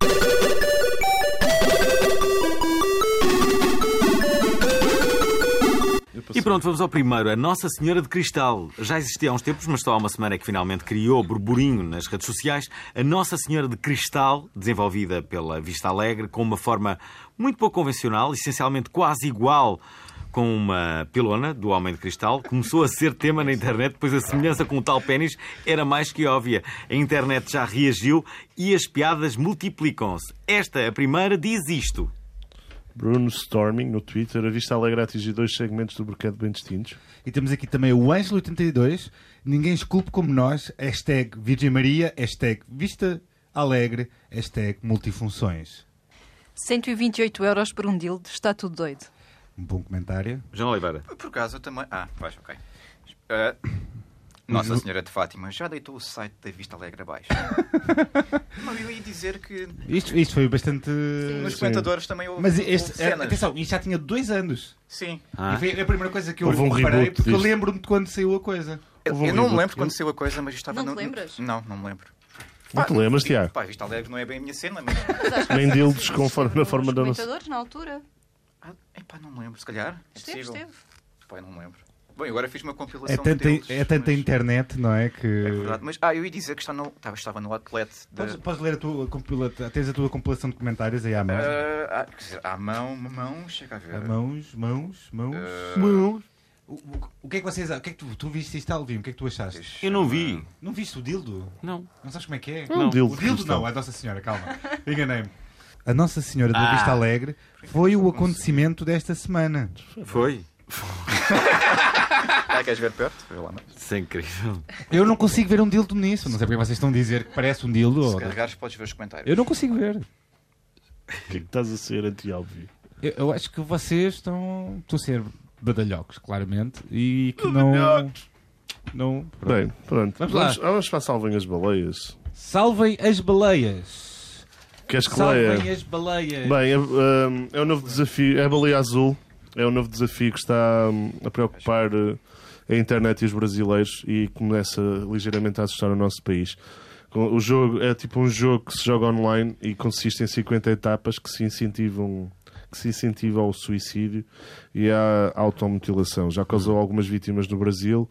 B: Eu
A: E pronto, vamos ao primeiro. A Nossa Senhora de Cristal. Já existia há uns tempos, mas só há uma semana é que finalmente criou burburinho nas redes sociais. A Nossa Senhora de Cristal, desenvolvida pela Vista Alegre, com uma forma muito pouco convencional, essencialmente quase igual com uma pilona do Homem de Cristal, começou a ser tema na internet, pois a semelhança com o tal pênis era mais que óbvia. A internet já reagiu e as piadas multiplicam-se. Esta, a primeira, diz isto.
B: Bruno Storming no Twitter. A Vista Alegre atingiu dois segmentos do mercado bem distintos.
C: E temos aqui também o Ângelo82. Ninguém esculpe como nós. Hashtag Virgem Maria. Hashtag Vista Alegre. Hashtag Multifunções.
F: 128 euros por um dildo, está tudo doido.
C: Um bom comentário.
A: João Oliveira.
D: Por acaso eu também. Ah, vais, ok. Ah, Nossa Senhora de Fátima já deitou o site da Vista Alegre abaixo. Mas eu ia dizer que
C: Isto, isto foi bastante.
D: nos comentadores também houve,
C: Mas
D: houve
C: este, é,
D: cenas.
C: atenção, isto já tinha dois anos.
D: Sim.
A: Ah.
C: E foi a primeira coisa que eu
B: Houve um
C: reparei,
B: reboot
C: porque eu
B: disto.
C: lembro-me de quando saiu a coisa.
D: Eu,
B: Houve um
D: eu não me
B: reboot.
D: lembro quando saiu a coisa, mas estava...
F: Não te
D: no-
F: lembras?
D: Não, não me lembro.
B: Não te
D: Pá,
B: lembras,
D: tipo,
B: Tiago?
D: Pá, Vista Alegre não é bem a minha cena, mas...
B: Nem dildos conforme na forma da nossa.
F: comentadores, na altura.
D: Ah, epá, não me lembro. Se calhar, é
F: Esteve,
D: possível.
F: esteve.
D: Pá, eu não me lembro. Bem, agora fiz uma compilação
C: É tanta,
D: de deles,
C: é tanta
D: mas...
C: internet, não é? Que...
D: É verdade, mas... Ah, eu ia dizer que está no... estava, estava no outlet da...
C: Podes, podes ler a tua compilação, tens a tua compilação de comentários aí à mão.
D: Ah, ah, quer dizer, à mão, mão, chega a ver.
C: À É Mãos, mãos, mãos.
B: Mãos.
C: Ah, O, o- o que é que vocês. O que é que tu, tu viste isto, Alvin? O que é que tu achaste?
A: Eu não vi.
C: Não viste o dildo?
A: Não.
C: Não sabes como é que é?
B: um dildo
C: O dildo
B: cristão.
C: não, a Nossa Senhora, calma. Enganei-me. A Nossa Senhora da Vista
A: Ah.
C: Alegre foi o acontecimento desta semana.
A: Foi.
D: Ah, queres ver de perto? Vê lá, mas...
A: Isso é incrível.
C: Eu não consigo ver um dildo nisso. Não sei porque vocês estão a dizer que parece um dildo.
D: Se
C: ou-
D: carregares podes ver os comentários.
C: Eu não consigo ver.
B: O que é que estás a ser anti-óbvio?
C: Eu, eu acho que vocês estão, estão a ser badalhocos, claramente. E que não. Não.
B: Bem, pronto.
C: Vamos
B: Vamos,
C: lá.
B: vamos, para Salvem as Baleias.
C: Salvem as baleias.
B: Queres que leia?
C: Salvem as baleias.
B: Bem, é, hum, é um novo desafio. É a baleia azul. É um novo desafio que está hum, a preocupar uh, a internet e os brasileiros e começa ligeiramente a assustar o nosso país. Com- O jogo é tipo um jogo que se joga online e consiste em 50 etapas que se incentivam que se incentiva ao suicídio e à automutilação. Já causou algumas vítimas no Brasil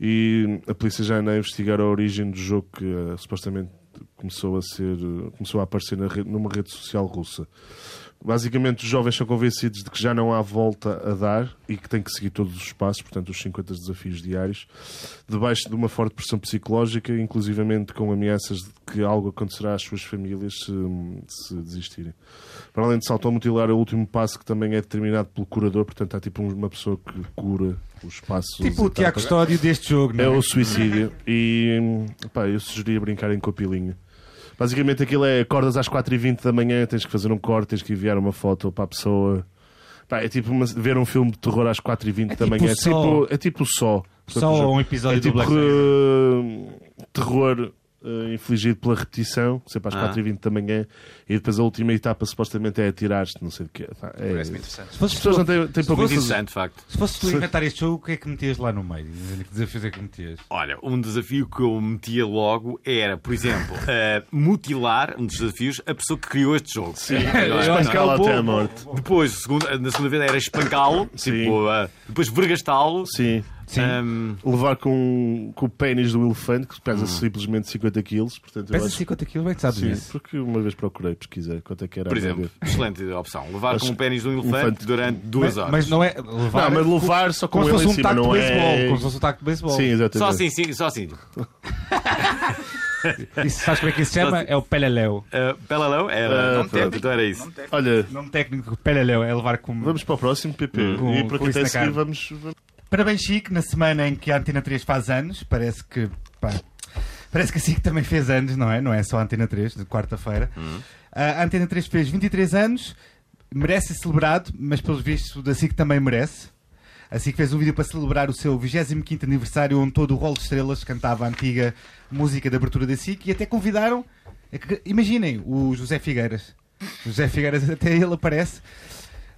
B: e a polícia já anda a investigar a origem do jogo que eh, supostamente começou a ser eh, começou a aparecer na rede- numa rede social russa. Basicamente, os jovens são convencidos de que já não há volta a dar e que têm que seguir todos os passos, portanto, os 50 desafios diários, debaixo de uma forte pressão psicológica, inclusivamente com ameaças de que algo acontecerá às suas famílias se, se desistirem. Para além de se automutilar, é o último passo que também é determinado pelo curador, portanto, há tipo uma pessoa que cura os passos.
C: Tipo o
B: e
C: Tiago
B: tal.
C: Custódio deste jogo, não
B: tá É
C: é?
B: o suicídio. E pá, eu sugeria brincarem com a pilinha. Basicamente aquilo é acordas às 4h20 da manhã, tens que fazer um corte, tens que enviar uma foto para a pessoa. Pá, é tipo uma- ver um filme de terror às 4h20 da
C: tipo Só.
B: manhã. É tipo, é tipo só. Portanto, o
C: Só
B: jogo-
C: um episódio
B: é
C: do
B: tipo
C: Black Sabbath.
B: eh, terror eh, infligido pela repetição, sempre às
A: Ah.
B: 4h20 da manhã, e depois a última etapa supostamente é atirar-te, não sei o quê. Pá, é-
D: Parece-me interessante.
C: Se fosses
B: As pessoas
C: tu,
B: não têm, têm para
A: Muito
B: fazer-
A: interessante, de facto.
C: se fosses tu inventar este jogo, o que é que metias lá no meio? Que desafios é que metias?
A: Olha, um desafio que eu metia logo era, por exemplo, eh, mutilar, um dos desafios, a pessoa que criou este jogo. Sim,
B: Espancá-lo até é à morte.
A: Depois, segunda- na segunda vez, era espancá-lo,
B: Sim.
A: tipo, eh, depois vergastá-lo. ehm,
B: Sim.
A: Ahm,
B: levar com, com o pênis do elefante, que pesa simplesmente 50 quilos. Portanto, eu
C: Pesa
B: acho-
C: 50 quilos, bem que sabes
B: Sim,
C: isso.
B: porque uma vez procurei, pesquisei quanto é que era.
A: por
B: a média.
A: exemplo, excelente opção. Levar
B: Acho
A: com o pênis de um
B: que-
A: elefante durante duas
C: Mas,
A: horas.
C: mas não é. Levar,
B: Não, mas levar só com
C: como se
B: ele
C: fosse
B: em
C: um
B: cima,
C: taco de
B: não
C: beisebol.
B: é?
C: Como se fosse um taco de beisebol.
B: Sim, exatamente.
A: Só assim, sim, só assim.
C: Isso, sabes como é que isso se chama? É o peleléu.
A: Eh, Pelalão era.
B: Ah,
A: Não teve, então era isso.
D: Não deve.
B: Olha,
C: Nome técnico peleléu é levar como.
B: vamos para o próximo, PP.
C: Com-
B: e por
C: com
B: aqui
C: isso
B: até
C: na
B: seguir
C: cara.
B: vamos... vamos-
C: Parabéns, Chico, na semana em que a Antena 3 faz anos. Parece que. pá, parece que a SIC também fez anos, não é? Não é só a Antena 3, de quarta-feira. A Antena 3 fez 23 anos, merece ser celebrado, mas pelos vistos da SIC também merece. A SIC fez um vídeo para celebrar o seu 25 aniversário, onde todo o rol de estrelas cantava a antiga música de abertura da SIC e até convidaram. é que- Imaginem, o José Figueiras. O José Figueiras, até ele aparece.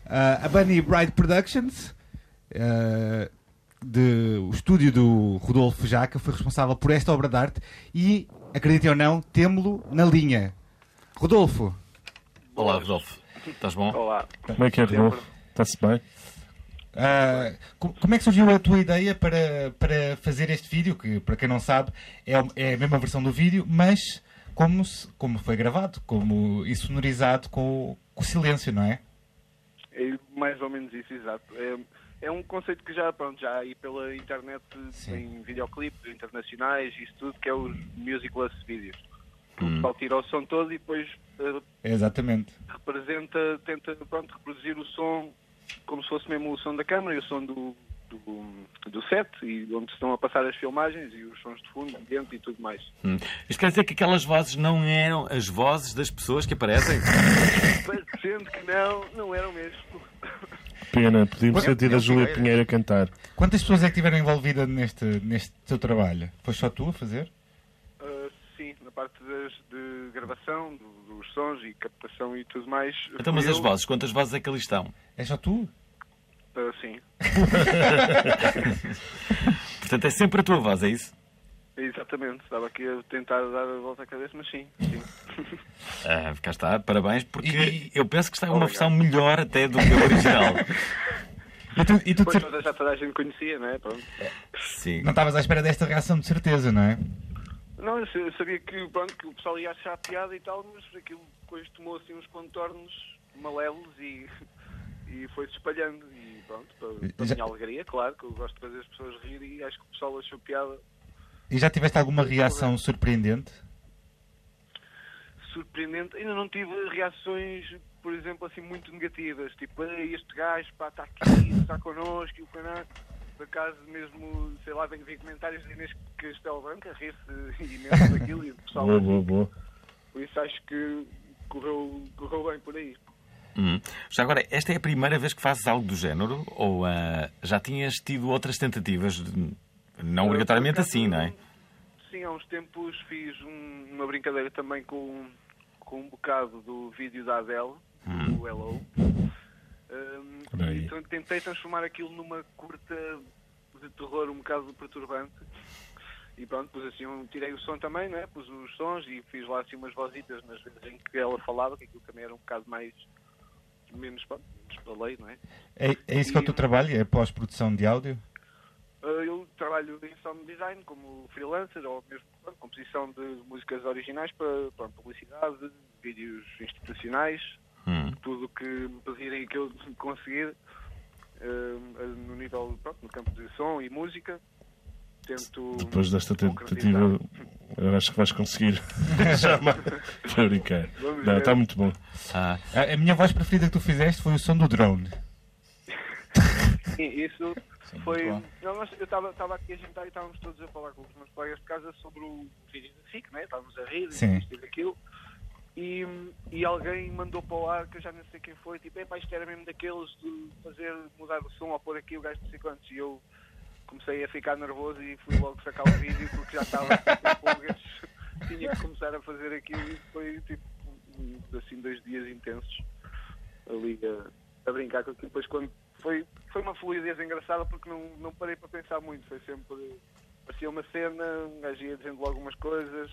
C: Ah, a Bunny Bride Productions. ah, de, o estúdio do Rodolfo Jaca foi responsável por esta obra de arte e, acreditem ou não, temo-lo na linha. Rodolfo,
A: Olá, Rodolfo. Estás bom?
I: Olá,
B: Como é que é, Rodolfo? Está-se bem?
I: Ah, co- como é que surgiu a tua ideia para, para fazer este vídeo? Que, para quem não sabe, é, o- é a mesma versão do vídeo, mas como, se- como foi gravado, como e sonorizado com, o- com o silêncio, não é?
J: É mais ou menos isso, exato. É, é um conceito que já, pronto, já há aí pela internet
I: Sim.
J: tem videoclipes internacionais, isso tudo, que é os musicless vídeos. O pessoal tira o som todo e depois eh,
I: É, Exatamente.
J: representa, tenta, pronto, reproduzir o som como se fosse mesmo o som da câmara e o som do, do, do set e onde estão a passar as filmagens e os sons de fundo, ambiente e tudo mais.
A: Hum. Isto quer dizer que aquelas vozes não eram as vozes das pessoas que aparecem?
J: Parecendo que não, não eram mesmo.
B: Pena, podíamos ter tido a Júlia Pinheiro a cantar.
I: Quantas pessoas é que estiveram envolvidas neste, neste teu trabalho? Foi só tu a fazer?
J: Ah, sim, na parte das, de gravação, do- dos sons e captação e tudo mais.
A: Então, mas
J: fui
A: as
J: eu.
A: vozes, quantas vozes é que ali estão?
I: É só tu?
J: Ah, sim,
A: Portanto, é sempre a tua voz, é isso?
J: exatamente. Estava aqui a tentar dar a volta à cabeça, mas sim. sim.
A: Ah, cá está, parabéns, porque
I: E-
A: eu penso que está uma
J: Obrigado.
A: versão melhor até do que a original.
I: E tu, e tu de
J: Depois
I: cer-
J: toda, já toda a gente conhecia, não é? Pronto.
A: Sim.
I: não estavas à espera desta reação, de certeza, não é?
J: Não, eu sa- eu sabia que, pronto, que o pessoal ia achar piada e tal, mas aquilo depois tomou assim uns contornos malévolos e, e foi-se espalhando. E pronto, para, para a
I: Já-
J: minha alegria, claro, que eu gosto de fazer as pessoas rirem e acho que o pessoal achou piada.
I: E já tiveste alguma reação surpreendente?
J: surpreendente. Ainda não tive reações, por exemplo, assim muito negativas. Tipo, "Ei, este gajo pá, está aqui, está connosco e o canal. Por acaso mesmo, sei lá, venho ver comentários de Inês Castelo Branco a rir-se imenso daquilo e o pessoal.
B: Boa, boa, boa.
J: Por isso acho que correu, correu bem por aí.
A: Hum. Já agora, esta é a primeira vez que fazes algo do género? Ou ah, já tinhas tido outras tentativas? de- Não obrigatoriamente
J: Por acaso,
A: assim, não é?
J: Sim, há uns tempos fiz um- uma brincadeira também com, com um bocado do vídeo da Adele, do Hello. Hum,
I: Olha aí.
J: e tran- tentei transformar aquilo numa curta de terror um bocado perturbante. E pronto, pus assim, um- tirei o som também, né? pus os sons e fiz lá assim umas vozitas nas vezes em que ela falava, que aquilo também era um bocado mais. menos, pronto, despalei, não é?
I: É, é isso que é o teu trabalho? É pós-produção de áudio?
J: Uh, Eu trabalho em sound design como freelancer ou mesmo pronto, composição de músicas originais para, para publicidade, vídeos institucionais,
A: Hum.
J: tudo o que me pedirem e que eu conseguir um, uh, no nível, pronto, no campo de som e música. Tento.
B: Depois desta
J: concretizar.
B: tentativa, eu acho que vais conseguir. Chama. Para brincar.
J: Vamos
B: Não,
J: ver.
B: está muito bom.
A: Ah,
I: A, a minha voz preferida que tu fizeste foi o som do drone.
J: Sim, isso foi.
I: muito
J: Não, nós- eu estava aqui a jantar e estávamos todos a falar com os meus colegas de casa sobre o vídeo da FIC, né? Estávamos a rir,
I: Sim.
J: e isto e daquilo. E, e alguém mandou para o ar, que eu já não sei quem foi, tipo, epá, isto era mesmo daqueles de fazer mudar o som ou pôr aqui o gajo de não sei quantos. E eu comecei a ficar nervoso e fui logo sacar o vídeo porque já estava tipo, com pulgas. Tinha que começar a fazer aquilo e foi tipo, um- assim, dois dias intensos ali a, a brincar com aquilo. Depois, quando foi, foi uma fluidez engraçada porque não, não parei para pensar muito. Foi sempre. Parecia uma cena, um gajo ia dizendo logo umas coisas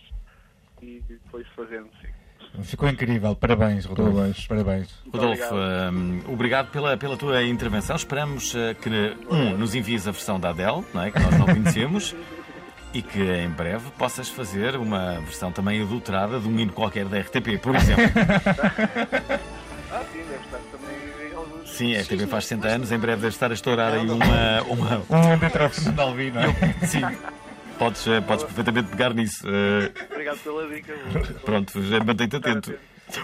J: e depois fazendo, sim.
I: Ficou incrível. Parabéns, Rodolfo.
B: Parabéns.
I: Parabéns.
A: Rodolfo, hum, obrigado pela, pela tua intervenção. Esperamos ah, que, um, nos envies a versão da Adele, não é? que nós não conhecemos, e que em breve possas fazer uma versão também adulterada de um hino qualquer da RTP, por exemplo.
J: Ah, sim, deve estar também em alguns.
A: Sim, a RTP faz 60 anos, em breve deve estar a estourar aí uma. uma...
I: Um detrás de Alvi, não é?
A: Sim, podes, ah, podes perfeitamente pegar nisso. Ah,
J: Obrigado pela dica.
A: Pronto, já mantém-te atento.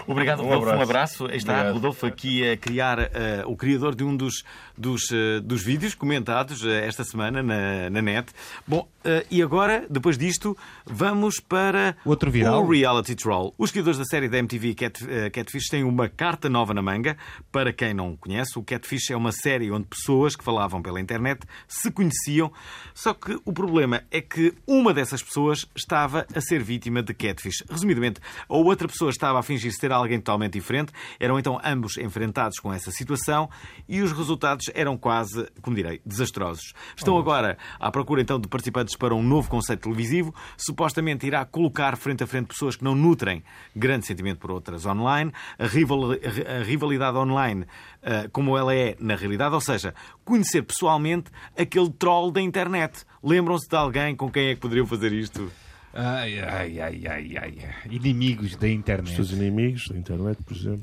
A: Obrigado, Rodolfo. Um abraço. Aí está
B: Obrigado.
A: Rodolfo aqui a criar, eh, o criador de um dos, dos, eh, dos vídeos comentados eh, esta semana na, na net. Bom, eh, e agora, depois disto, vamos para
C: Outro viral.
A: o Reality Troll. Os criadores da série da MTV Cat, eh, Catfish têm uma carta nova na manga. Para quem não conhece, o Catfish é uma série onde pessoas que falavam pela internet se conheciam. Só que o problema é que uma dessas pessoas estava a ser vítima de Catfish. Resumidamente, a outra pessoa estava a fingir preciso ter alguém totalmente diferente. Eram então ambos enfrentados com essa situação e os resultados eram quase, como direi, desastrosos. Estão agora à procura então de participantes para um novo conceito televisivo. Supostamente irá colocar frente a frente pessoas que não nutrem grande sentimento por outras online. A, rival- a rivalidade online, eh, como ela é na realidade, ou seja, conhecer pessoalmente aquele troll da internet. Lembram-se de alguém com quem é que poderiam fazer isto?
C: Ai, ai, ai, ai, ai.
H: Inimigos da internet.
B: Os teus inimigos da internet, por exemplo.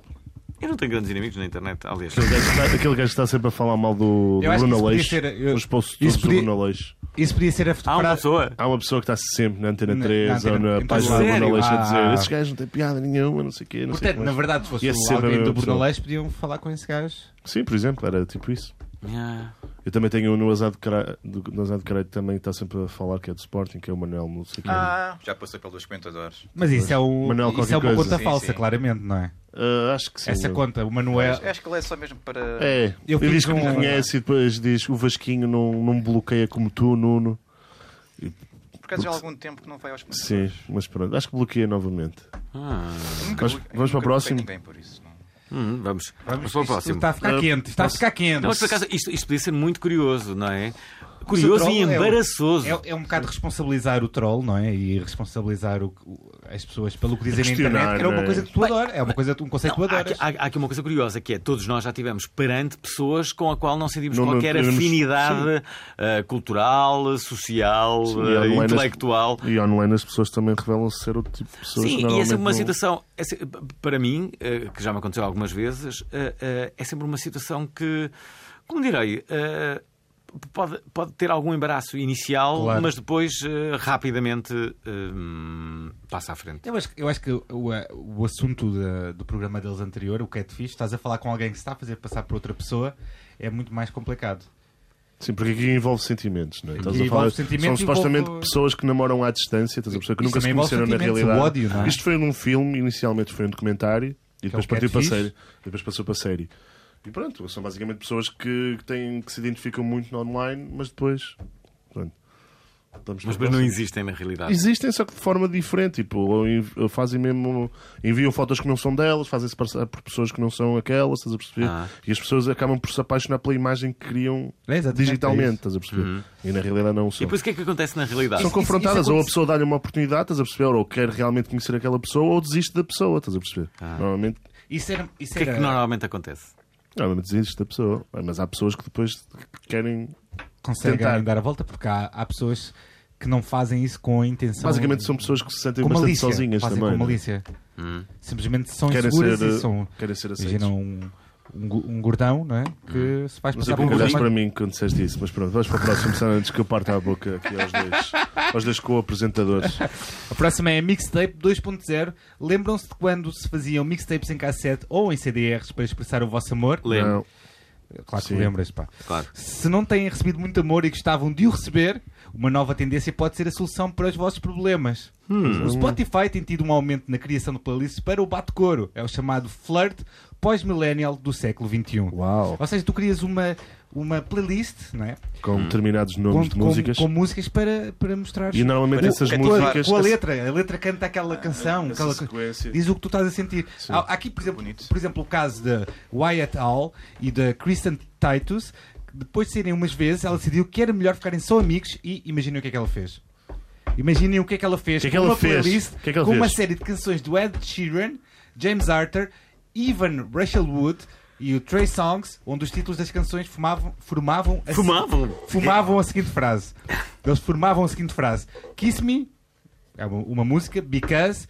A: Eu não tenho grandes inimigos na internet, aliás.
B: Aquele gajo, que está, aquele gajo que está sempre a falar mal do
C: Eu acho que
B: Bruno
C: isso podia
B: Aleixo.
C: ser- eu-
B: Os posts
C: isso
B: todos
C: podia-
B: do Bruno Aleixo.
C: Isso podia ser a
A: Há Ah, uma
C: fotografia.
A: pessoa.
B: Há uma pessoa que está sempre na Antena
C: Na-
B: 3
C: na
B: ou
C: Antena-
B: na
C: em
B: página
A: todo
B: do Bruno
A: lado.
B: Aleixo a
C: Ah.
B: dizer esses gajos não têm piada nenhuma, não sei o quê. Não sei
C: Portanto,
B: é o quê
C: na
B: mais."
C: verdade, se fosse um
B: Ia ser é a
C: alguém
B: mesma
C: do Bruno
B: pessoa.
C: Leix, podiam falar com esse gajo.
B: Sim, por exemplo, era tipo isso.
A: Ah,
B: Eu também tenho um no Azar de Caralho, do- no Azar de Caralho também que está sempre a falar que é do Sporting, que é o Manuel, não sei o quê.
D: Ah, já passou pelos comentadores.
C: Mas isso é, um,
B: Manuel,
C: isso
B: qualquer
C: é uma
B: coisa.
C: conta
D: Sim,
C: falsa,
D: sim.
C: claramente, não é?
B: Ah, acho que sim.
C: Essa
B: eu-
C: conta, o Manuel.
D: Acho, acho que ele é só mesmo para.
B: É,
C: Eu
B: ele diz que
C: fico
B: me
C: com-
B: conhece e depois diz o Vasquinho não, não me bloqueia como tu, Nuno.
D: Por acaso já há algum tempo que não vai aos comentadores.
B: Sim, mas pronto, acho que bloqueia novamente.
D: Nunca
B: Vamos-
D: bloqueei-
B: vamos para o
D: nunca bloqueei
B: próximo?
D: ninguém por isso, não.
A: Ah, hum, vamos. Vamos para o
C: Isto
A: próximo.
C: Está a ficar quente, está a assim. ficar quente.
A: Mas por acaso, isto, isto podia ser muito curioso, não é? Curioso
C: troll
A: e
C: é o-
A: embaraçoso.
C: É, é um bocado responsabilizar o troll, não é? E responsabilizar o- o- as pessoas pelo que dizem na
B: Questionar,
C: internet, que era
B: não
C: uma
B: é?
C: coisa que tu adoras. É uma coisa, um conceito que tu
A: Não, há, aqui,
C: adoras.
A: há- há aqui uma coisa curiosa que é todos nós já tivemos perante pessoas com a qual não sentimos
B: Não- não
A: qualquer
B: temos-
A: afinidade eh, cultural, social,
B: Sim,
A: eh,
C: é
B: e online as-
A: intelectual.
B: E online as pessoas também revelam ser outro tipo de pessoas que
A: Sim, e é
B: normalmente
A: sempre uma
B: não-
A: situação, é se- para mim, eh, que já me aconteceu algumas vezes, eh, eh, é sempre uma situação que, como direi, eh, p- pode, pode ter algum embaraço inicial,
C: Claro.
A: mas depois eh, rapidamente eh, passa à frente.
C: Eu acho, eu acho que o, o assunto da- do programa deles anterior, o Catfish, estás a falar com alguém que se está a fazer passar por outra pessoa, é muito mais complicado.
B: Sim, porque aqui envolve sentimentos, não é? Estás a
C: envolve
B: falar-
C: sentimentos,
B: São supostamente
C: envolve-
B: pessoas que namoram à distância, estás a perceber? Que
C: Isto
B: nunca se
C: também envolve
B: conheceram na
C: sentimentos,
B: realidade.
C: o ódio, não é?
B: Isto foi num filme, inicialmente foi um documentário, e
C: é o
B: depois partiu para a
C: Catfish.
B: série. Depois passou para a série. E pronto, são basicamente pessoas que, que têm, que se identificam muito no online, mas depois. Pronto. Estamos
A: Mas,
B: para
A: mas
B: o
A: não
B: próximo.
A: existem na realidade.
B: Existem, só que de forma diferente. Tipo, ou env- ou fazem mesmo. Enviam fotos que não são delas, fazem-se passar por pessoas que não são aquelas, estás a perceber?
A: Ah.
B: E as pessoas acabam por se apaixonar pela imagem que criam
C: É, exatamente, é
B: digitalmente,
C: isso. Uhum.
B: estás a perceber? E na realidade não
A: E
B: são.
A: depois o que é que acontece na realidade?
B: São confrontadas,
C: isso é
B: ou a
C: acontece-
B: pessoa dá-lhe uma oportunidade, estás a perceber? Ou quer realmente conhecer aquela pessoa, ou desiste da pessoa, estás a perceber?
C: Ah.
B: Normalmente,
C: Isso era. Isso
A: O que é
C: era-
A: que normalmente acontece?
B: normalmente desiste da pessoa, mas há pessoas que depois querem.
C: conseguem
B: tentar.
C: dar a volta, porque há, há pessoas que não fazem isso com a intenção.
B: Basicamente são pessoas que se sentem
C: com
B: bastante
C: malícia.
B: sozinhas
C: fazem
B: também.
C: com
B: não é?
C: malícia. Simplesmente são
B: Querem
C: inseguras
B: ser,
C: e são.
B: querem ser aceitos.
C: Imagina um, um, gu- um gordão, não é? Que se faz
B: Não sei
C: passar
B: porque
C: por um
B: olhaste
C: uma-
B: para mim quando disseste isso, mas pronto, vamos para o próximo, senão antes que eu parta a boca aqui aos dois, aos dois co-apresentadores.
C: A próxima é Mixtape 2.0. Lembram-se de quando se faziam mixtapes em cassete ou em CDRs para expressar o vosso amor?
A: Lembro.
B: Não,
C: Claro que
B: Sim.
C: lembras, pá.
A: Claro.
C: Se não têm recebido muito amor e gostavam de o receber, uma nova tendência pode ser a solução para os vossos problemas.
B: Hum.
C: O Spotify tem tido um aumento na criação de playlists para o bate-coro. É o chamado flirt pós-millennial do século um. XXI.
B: Uau.
C: Ou seja, tu crias uma, uma playlist, não é?
B: com determinados nomes de músicas.
C: com músicas para, para mostrar
B: E normalmente essas
D: com a-
C: com a,
B: músicas.
C: com a letra, a letra canta aquela canção,
B: essa
C: aquela co-
B: sequência.
C: diz o que tu estás a sentir. Há, há aqui, por exemplo,
D: Bonito.
C: por exemplo, o caso de Wyatt Hall e da Kristen Titus, que depois de saírem umas vezes, ela decidiu que era melhor ficarem só amigos e imaginem o que é que ela fez. Imaginem o que é que ela fez
B: O que é que
C: com
B: ela
C: uma
B: fez?
C: playlist,
B: O que é que ela
C: com uma
B: fez?
C: série de canções do Ed Sheeran, James Arthur, Ivan Rachel Wood e o Trey Songs, onde os títulos das canções fumavam, formavam a
A: Fumavam?
C: fumavam a seguinte frase. Eles formavam a seguinte frase: Kiss Me, é uma, uma música, because,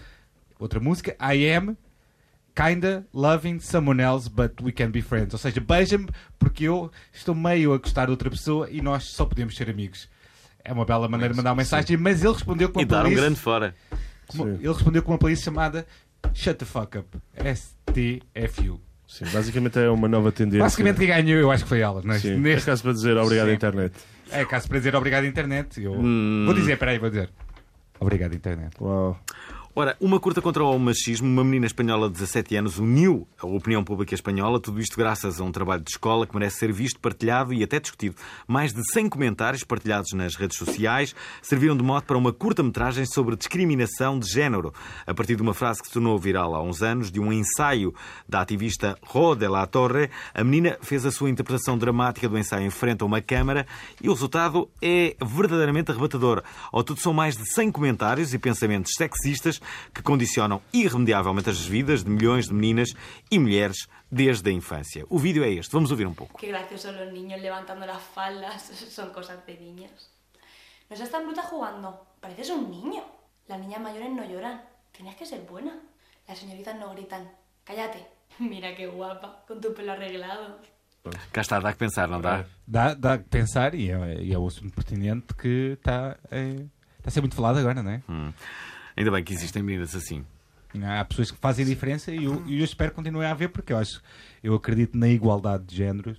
C: outra música, I am kinda loving someone else, but we can be friends. Ou seja, beija-me porque eu estou meio a gostar de outra pessoa e nós só podemos ser amigos. É uma bela maneira de mandar uma mensagem, mas ele respondeu com
A: E
C: uma
A: dar um
C: playlist-
A: grande fora.
C: com- ele respondeu com uma playlist chamada Shut the fuck up. STFU.
B: Sim, basicamente é uma nova tendência.
C: Basicamente quem ganhou, eu acho que foi ela. Neste,
B: Sim,
C: neste-
B: neste caso para dizer obrigado à internet.
C: É
A: Hum.
C: caso para dizer obrigado internet. Eu vou dizer, peraí, vou dizer. Obrigado internet.
B: Uau.
A: Ora, uma curta contra o machismo, uma menina espanhola de 17 anos uniu a opinião pública espanhola, tudo isto graças a um trabalho de escola que merece ser visto, partilhado e até discutido. Mais de 100 comentários partilhados nas redes sociais serviram de mote para uma curta-metragem sobre discriminação de género, a partir de uma frase que se tornou viral há uns anos, de um ensaio da ativista Ro de la Torre. A menina fez a sua interpretação dramática do ensaio em frente a uma câmara e o resultado é verdadeiramente arrebatador. Ao tudo são mais de 100 comentários e pensamentos sexistas que condicionam irremediavelmente as vidas de milhões de meninas e mulheres desde a infância. O vídeo é este, vamos ouvir um pouco.
K: Qué gracioso los niños levantando las faldas, son cosas de niñas. No seas tan bruta jugando, pareces un niño. Las niñas mayores no lloran, tienes que ser buena. Las señoritas no gritan, cállate. Mira qué guapa, con tu pelo arreglado.
A: Cá está, dá que pensar, não
C: É.
A: dá?
C: Dá, dá que pensar e é, e é o assunto pertinente que está eh, está a ser muito falado agora, não é?
B: Hum.
A: Hum. Ainda bem que existem meninas assim.
C: E Há pessoas que fazem a diferença e eu, e eu espero que continue a haver porque eu acho, eu acredito na igualdade de géneros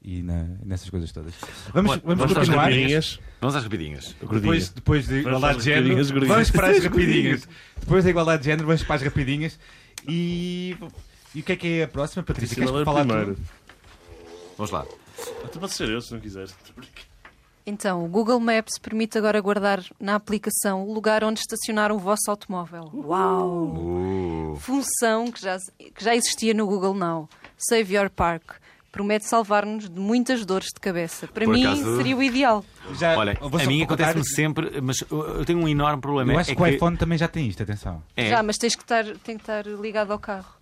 C: e na- nessas coisas todas. Vamos,
A: Bora,
C: vamos,
A: vamos às
C: continuar.
B: rapidinhas.
A: Vamos às rapidinhas.
C: Depois, depois de
B: Vamos
C: igualdade
B: para
C: de
B: as
C: género,
B: rapidinhas, gordinho.
C: vamos para as
B: As
C: rapidinhas. Depois da igualdade de género, vamos para as rapidinhas. E, e o que é que é a próxima, Patrícia?
B: Patrícia, ela é
C: Queres
B: a
C: falar
B: primeira.
C: tu?
A: Vamos lá.
B: Até pode ser eu, se não quiseres.
F: Então, o Google Maps permite agora guardar na aplicação o lugar onde estacionar o vosso automóvel. Uh! Uau!
B: Uh!
F: Função que já, que já existia no Google Now. Save Your Park. Promete salvar-nos de muitas dores de cabeça. Para
A: Por
F: mim,
A: acaso-
F: seria o ideal.
C: Já-
A: Olha,
C: Ah, vou só
A: a mim
C: contar-
A: acontece-me sempre, mas eu eu tenho um enorme problema.
C: Eu acho
A: é
C: que o iPhone também já tem isto, atenção.
A: É.
F: Já, mas tens que estar, tem que estar ligado ao carro.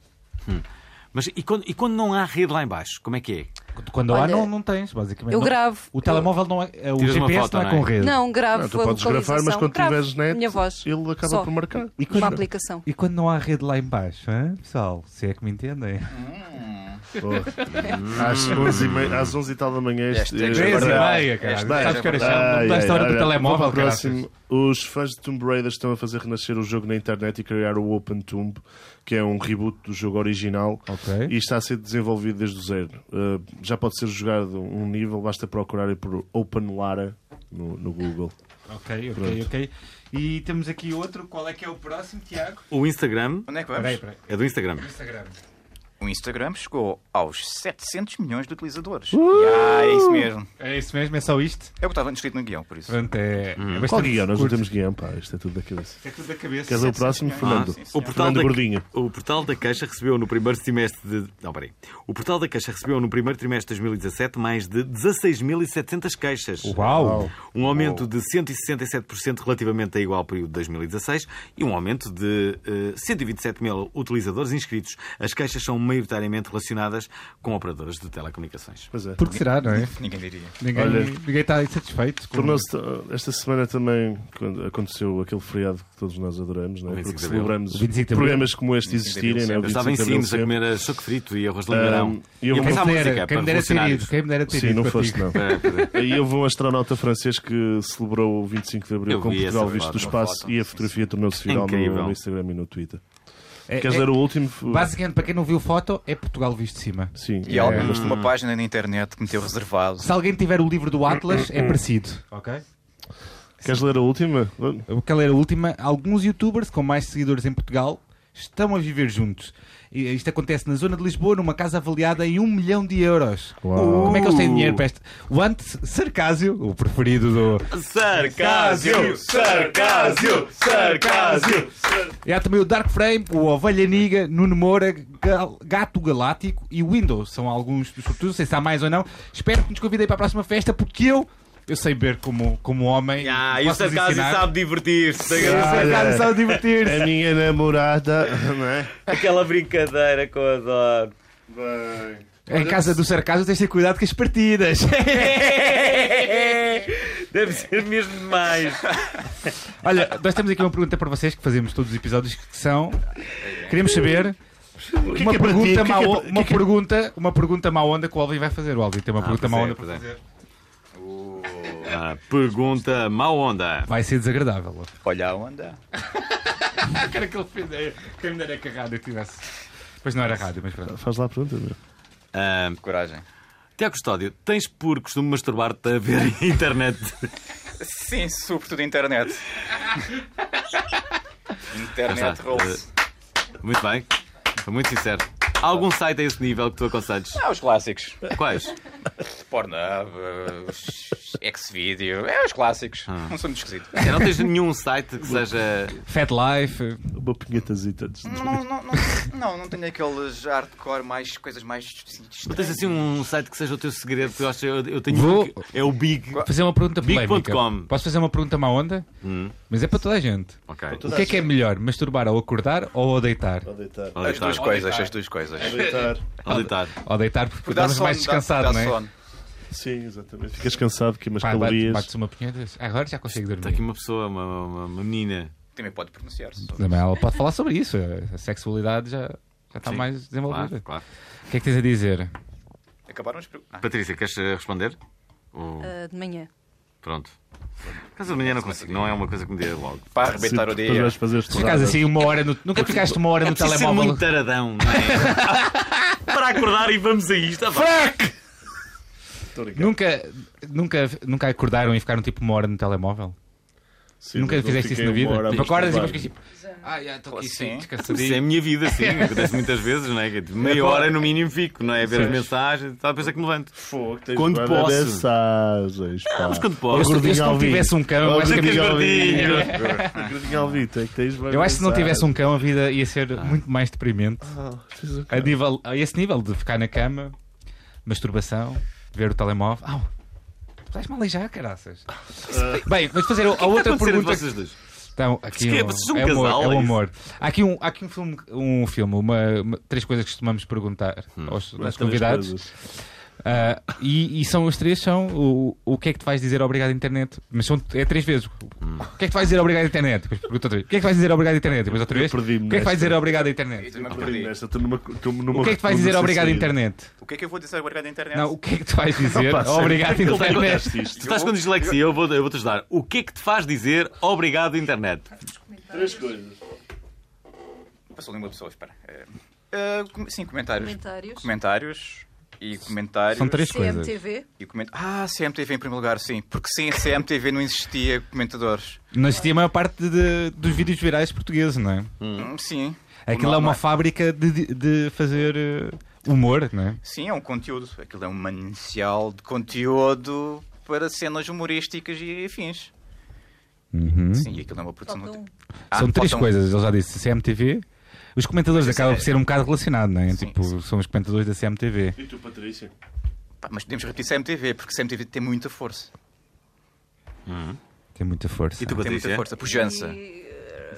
A: Mas e quando, e quando não há rede lá em baixo, como é que é?
C: Quando- Quando há,
F: Olha,
C: não, não tens, basicamente.
F: eu
C: Não-
F: gravo.
C: O telemóvel não é. O
A: Tiras uma
C: GPS
A: foto,
C: não é
A: não é?
C: com rede.
F: Não, gravo
B: Não, tu
F: a
B: podes gravar, mas
F: localização.
B: quando
F: Gravo
B: tiveres net,
F: minha voz.
B: ele acaba
F: Só.
B: por marcar.
C: E
F: Uma
C: quando,
F: aplicação.
C: e quando não há rede lá em baixo, hã, pessoal? Se é que me entendem.
B: Às 11 e meia- às 11 e tal da manhã. Este, é
D: Hashtag
B: este- é
D: Três e
C: meia,
D: caralho.
C: Sabes que horas são?
B: Ai,
C: Não dá
B: ai,
C: hora do
B: olha,
C: telemóvel,
B: vou para o
C: cara.
B: próximo. Os fãs de Tomb Raider estão a fazer renascer o jogo na internet e criar o Open Tomb, que é um reboot do jogo original
C: Ok.
B: e está a ser desenvolvido desde o zero. Uh, já pode ser jogado um nível, basta procurarem por Open Lara no, no Google.
C: Ok, ok,
B: Pronto.
C: ok. E temos aqui outro. Qual é que é o próximo, Tiago?
A: O Instagram
D: Onde é que
C: Peraí,
D: vamos?
C: peraí.
A: é do Instagram.
C: Instagram.
D: O Instagram chegou aos 700 milhões de utilizadores. Ya, é isso mesmo.
C: É isso mesmo, é só isto.
D: É o que estava inscrito no guião, por isso.
C: Pronto, é, é
B: Hum. Qual
C: bastante.
B: guião? Nós não
C: curto.
B: temos guião, pá, isto é tudo da cabeça.
C: É tudo da cabeça.
B: Queres o próximo, Fernando?
D: sim, sim.
A: O portal,
B: Fernando
A: da,
B: Gordinho.
A: o portal da Caixa recebeu no primeiro trimestre de. Não, peraí. O portal da Caixa recebeu no primeiro trimestre de 2017 mais de 16.700 queixas.
C: Uau!
A: Um aumento de 167% relativamente a igual período de 2016 e um aumento de eh, 127 mil utilizadores inscritos. As queixas são maioritariamente relacionadas com operadoras de telecomunicações.
B: Pois é.
C: Porque será, não é?
D: Ninguém diria.
C: Ninguém,
B: Olha.
C: ninguém está insatisfeito. com-
B: Tornou-se uh, esta semana também quando aconteceu aquele feriado que todos nós adoramos, não
A: O
B: é?
A: 25
B: Porque
A: de abril.
B: celebramos
C: O 25 de abril.
B: programas como este
D: 25 de abril
B: existirem, não é? O
A: Eu estava em
B: 25 de abril
A: Sines a
B: sempre.
A: comer a choco frito e arroz de linguarão.
B: e eu
A: E a
B: vou-
A: pensar
C: Quem me
A: música
C: dera- Quem
A: para
C: me dera ter
A: revolucionários. É,
C: ido. Quem me dera ter
B: Sim,
C: ido
B: não
C: contigo.
B: foste, não.
A: Espera, espera.
B: Aí houve um astronauta francês que celebrou o 25 de Abril
A: Eu
B: com
A: vi
B: Portugal
A: essa
B: visto
A: foto,
B: do
D: uma
B: espaço
D: foto,
B: e a
D: sim,
B: fotografia tornou-se viral
A: Incrível.
B: no, no Instagram e no Twitter.
C: É-
B: Queres
C: é-
B: ler o último?
C: Basicamente, para quem não viu foto, é Portugal visto de cima.
B: Sim. é.
D: E há alguém uma página na internet que meteu reservado.
C: Se alguém tiver o livro do Atlas, é parecido. Ok?
B: Queres ler a última?
C: Aquela era a última. Alguns youtubers com mais seguidores em Portugal estão a viver juntos. E Isto acontece na zona de Lisboa, numa casa avaliada em um milhão de euros. Como é que eles têm dinheiro para este? O Ante Sarcásio, o preferido do.
A: Sarcásio!
B: Sarcásio! Sarcásio!
C: E há também o Dark Frame, o Ovelha Niga, Nuno Moura, Gal- Gato Galáctico e Windows. São alguns dos sobretudo, não sei se há mais ou não. Espero que nos convidem para a próxima festa, porque eu. Eu sei beber como, como homem.
A: Ah, e o
C: Posso-vos
A: Sarcásio
C: ensinar.
A: sabe divertir-se.
C: O Sarcásio
B: Olha.
C: sabe divertir-se.
B: A minha namorada, não é?
A: Aquela brincadeira que eu adoro.
B: Bem.
C: Em casa do sarcasmo tens de ter cuidado com as partidas.
A: Deve ser É mesmo demais.
C: Olha, nós temos aqui uma pergunta para vocês que fazemos todos os episódios que são. Queremos saber
B: O que é
C: uma
B: que é para ti? O que
C: pergunta
B: é que é
C: má
B: para-
C: o-
B: o que é
C: uma
B: que é-
C: pergunta, uma pergunta má onda que o Alvin vai fazer. O Alvin tem uma pergunta má
B: é.
C: onda. para fazer.
A: é. Ah, pergunta má onda.
C: Vai ser desagradável.
D: Olha a onda.
C: Ah, cara, que ele fez. é, Quem me dera que a rádio tivesse. Pois não era rádio, mas pronto.
B: Faz lá a pergunta. meu.
A: Ah,
D: Coragem.
A: Tiago Custódio, tens por costume masturbar-te a ver internet?
D: Sim, sobretudo a internet.
A: Lá
D: Internet
A: está.
D: Rolls.
A: Eh, Ah, Muito bem. Foi muito sincero. Há algum site a esse nível que tu aconselhes?
D: Ah, os clássicos.
A: Quais?
D: Pornhub, eh, os X-Video, é os clássicos. Não sou muito esquisito.
A: Eh, Não tens nenhum site que seja.
C: Fat Life. eh,
B: Uma punhetazita. antes de
D: Não, não, não, não, não tenho aqueles hardcore, mais coisas mais. assim,
A: Não tens
D: estranhas.
A: assim um site que seja o teu segredo? que Eu, acho, eu, eu tenho.
C: Vou-
A: É o Big.
C: Fazer uma pergunta
A: Big.com.
C: polémica. Posso fazer uma pergunta má onda?
A: Hum,
C: Mas é para toda a gente.
A: ok.
C: O que é que é melhor, masturbar ao acordar ou ao deitar?
B: Ao deitar.
A: Ao
D: As
A: deitar.
D: duas coisas, as duas coisas.
B: Ao deitar.
A: Ao deitar.
C: Ao deitar porque
D: Dá
C: estás
D: sono,
C: mais
D: dá-
C: descansado,
D: dá
C: não é?
D: sono.
B: Sim, exatamente. Ficas cansado, que umas
C: Pá, bate-
B: calorias.
C: Bates uma punheta. e diz, "Ah, Agora já consigo
A: Está aqui
C: dormir.
A: uma pessoa, uma, uma- uma menina.
D: Também pode pronunciar-se.
C: Também ela pode falar sobre isso. A sexualidade já, já está
A: Sim,
C: mais desenvolvida.
A: Claro, claro.
C: O que é que tens a dizer?
D: Acabaram Ah, as perguntas.
A: Patrícia, queres eh, responder? Ou-
F: Ah, de manhã.
A: Pronto. Caso de manhã não consigo, não é uma coisa que me dê logo.
D: Para
B: Sim,
D: arrebentar o
B: depois
D: dia.
B: vais fazer
C: Por acaso
B: estradas.
C: assim, uma hora no... Nunca ficaste uma hora no
A: é preciso ser
C: telemóvel.
A: muito taradão, não é? Para acordar e vamos a isto. ah, vá.
C: Nunca, nunca, nunca acordaram e ficaram tipo uma hora no telemóvel?
A: Tipo,
B: Sim,
C: assim, nunca
B: mas não
C: fizeste isso
B: fiquei
C: na vida?
B: uma hora a
C: Tipo, acordas e
B: masturbar.
C: depois ficas tipo. Ah, já estou aqui
D: Sim.
C: sim,
A: Isso é a
C: descansadinho.
A: minha vida, sim. Acontece muitas vezes, não é? Que Meia hora no mínimo fico, não é? A ver as mensagens e tal, depois é que me levanto.
B: Fogo, tens
A: Quando
B: bué de
A: posso.
B: mensagens, pá.
A: Mas quando
C: Eu
A: posso.
C: se- eu se
B: Gordinho
C: não
B: Alvin.
C: tivesse um cão,
B: Oh,
C: eu acho que a
B: gordinho
C: vida-
B: Alvin. Gordinho Alvin, tu é que tens bué de
C: Eu acho que se não
B: mensagens.
C: tivesse um cão, a vida ia ser
A: Ah.
C: muito mais deprimente.
B: Ah, tens um
C: A, nível, a esse nível de ficar na cama, masturbação, ver o telemóvel. Au! Tu Estás-me a aleijar, caraças. Bem, vamos fazer a
A: Ah. O que é que está
C: outra
A: a acontecer entre
C: pergunta.
A: vocês dois?
C: Então, aqui
A: Porque
C: um-
A: vocês são um
C: é, o amor,
A: casal,
C: é
A: é
C: o
A: isso?
C: amor. Há aqui um, há aqui um filme, um filme uma, uma- três coisas que costumamos perguntar
A: Hum,
C: aos nossos
B: Três
C: convidados.
B: coisas.
C: Ah, e, e são os três: são o, o que é que te vais dizer obrigado, internet? Mas são, é três vezes. O que é que te vais dizer obrigado, internet? Depois pergunta outra vez. O que é que vais dizer obrigado, internet? Depois outra
B: Eu
C: vez. O que é
B: perdi-me
C: que vais
B: nesta.
C: dizer obrigado,
D: E
C: internet?
D: também
B: Eu
D: perdi.
B: perdi nesta, estou tá numa- estou numa
C: O que é que te vais dizer
B: recusa
C: obrigado,
B: sem saída.
C: internet?
D: O que é que eu vou dizer agora da internet?
C: Não, o que é que tu vais dizer?
B: Pá, sério,
C: obrigado,
B: como é que
C: internet.
B: fizeste isto?
A: Tu estás com dislexia, eu vou- eu vou-te ajudar. O que é que te faz dizer obrigado, internet?
B: Três coisas.
D: Passou ali uma pessoa, espera. Eh, eh, com- sim, comentários.
F: Comentários.
D: Comentários. E comentários.
C: São três coisas.
F: CMTV.
D: E coment... Ah, CMTV em primeiro lugar, sim. Porque sem a CMTV não existia comentadores.
C: Não existia a maior parte de- dos vídeos virais portugueses, não é?
D: Hum, Sim.
C: Aquilo
D: Não,
C: é uma
D: não
C: fábrica de, de fazer eh, humor, não é?
D: Sim, é um conteúdo. Aquilo é um manancial de conteúdo para cenas humorísticas e afins. Sim, e aquilo é uma produção.
F: Falta um.
D: Ah,
C: Uhum. São três
D: faltam-
C: coisas, eu já disse, CMTV. Os comentadores
D: Mas isso
C: acabam
D: é-
C: por ser um bocado relacionado, não é?
D: Sim,
C: tipo, são os comentadores da CMTV.
B: E tu, Patrícia?
D: Pá, mas podemos repetir CMTV, porque CMTV tem muita força.
C: Tem muita força.
A: E tu,
D: Tem muita
A: Patrícia?
D: força, pujança,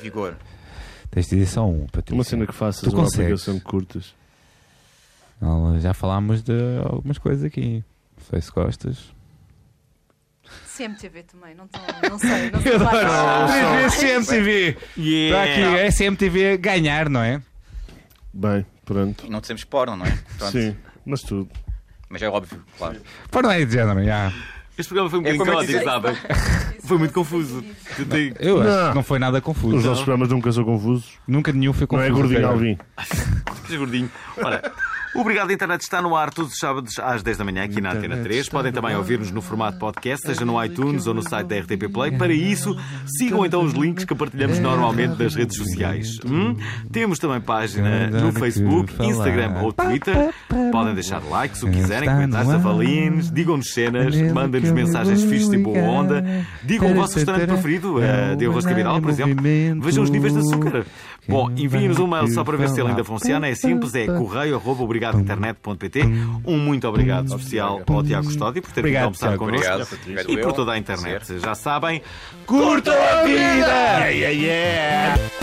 D: vigor.
C: Tens de dizer só um,
B: Uma
C: Patrícia.
B: cena que faças,
C: Tu
B: uma
C: consegues.
B: aplicação que curtas.
C: Ah, Já falámos de algumas coisas aqui. Não sei se gostas.
F: CMTV também, não, tão, não sei. Não sei
C: Três vezes CMTV! Está aqui,
A: Yeah.
C: é CMTV a ganhar, não é?
B: Bem, pronto.
D: E não dizemos porno, não é? Pronto.
B: Sim, mas tudo.
D: Mas é óbvio, claro.
C: Pô, não é de género, já.
A: Este programa foi um
D: É
A: bocadinho
D: como é que
A: caótico,
D: dizer-
A: sabe? Foi muito confuso. Tu tens-
C: Eu acho
B: Não.
C: que não foi nada
B: Os
C: confuso.
B: nossos programas nunca são confusos.
C: Nunca nenhum foi
B: Não
C: confuso.
B: é gordinho
C: até agora.
B: Alvin.
A: Seja gordinho. Ora, o Obrigado Internet está no ar todos os sábados às 10 da manhã aqui na Antena 3. Podem também ouvir-nos no formato podcast, seja no iTunes ou no site da RTP Play. Para isso, sigam então os links que partilhamos normalmente nas redes sociais. Hum? Temos também página no Facebook, Instagram ou Twitter. Podem deixar like se o quiserem, comentários, avaliem-nos, digam-nos cenas, mandem-nos mensagens fixas e boa onda. Digam o vosso restaurante preferido, eh, de arroz de cabiral, por exemplo. Vejam os níveis de açúcar. Bom, enviem-nos um mail só para ver se ele ainda funciona. É simples, é correio.obrigadointernet.pt. Um muito obrigado especial ao Tiago Custódio por ter vindo
C: Obrigado,
A: almoçar
C: Tiago.
A: connosco
D: Obrigado. Obrigado
A: e por
D: eu.
A: toda a internet. Já sabem,
C: Curtam a vida! Yeah, yeah, yeah!